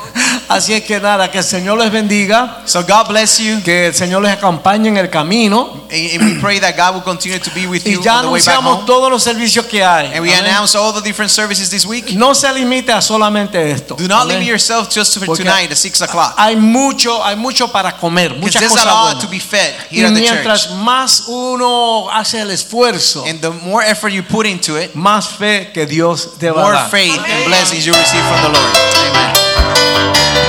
A: Así es que nada, que el Señor les bendiga.
B: So God bless you.
A: Que el Señor les acompañe en el camino.
B: And and we pray that God will continue to be with you
A: Y ya
B: on the way back
A: anunciamos
B: home.
A: todos los servicios que hay.
B: And we
A: Amén.
B: announce all the different services this week.
A: No se limite a solamente esto.
B: Do not
A: Amén.
B: limit yourself just to
A: Porque-
B: tonight at 6 o'clock.
A: Hay mucho, hay mucho para comer,
B: Because
A: muchas
B: there's a
A: cosas
B: lot
A: buenas.
B: to be fed
A: Y
B: here at the church.
A: mientras más uno hace el esfuerzo,
B: And the more effort you put into it,
A: más fe que Dios te va a
B: more
A: dar.
B: faith and blessings you receive from the Lord. Amen.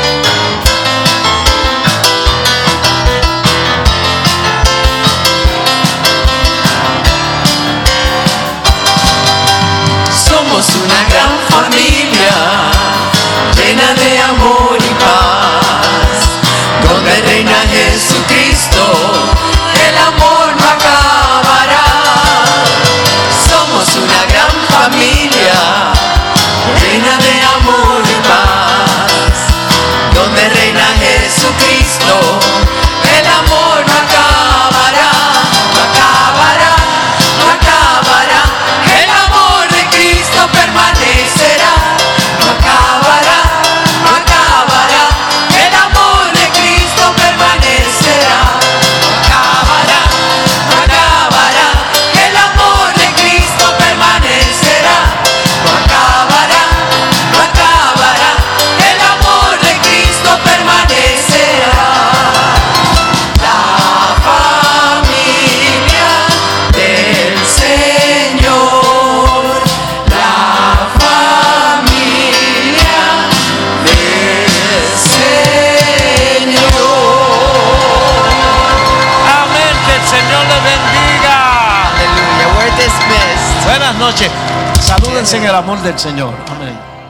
D: Somos una gran familia, llena de amor y paz, donde reina Jesucristo, el amor no acabará. Somos una gran familia, llena de amor y paz, donde reina Jesucristo, el amor no acabará, no acabará, no acabará, el amor de Cristo permanecerá, no acabará, no acabará, el amor de Cristo permanecerá, no acabará, no acabará, el amor de Cristo permanecerá, no acabará, no acabará, el amor de Cristo permanecerá. La familia del Señor, la familia del Señor.
A: Amén. Que el Señor les bendiga.
D: Hallelujah. We're dismissed.
A: Buenas noches. Salúdense en el amor del Señor. Amén.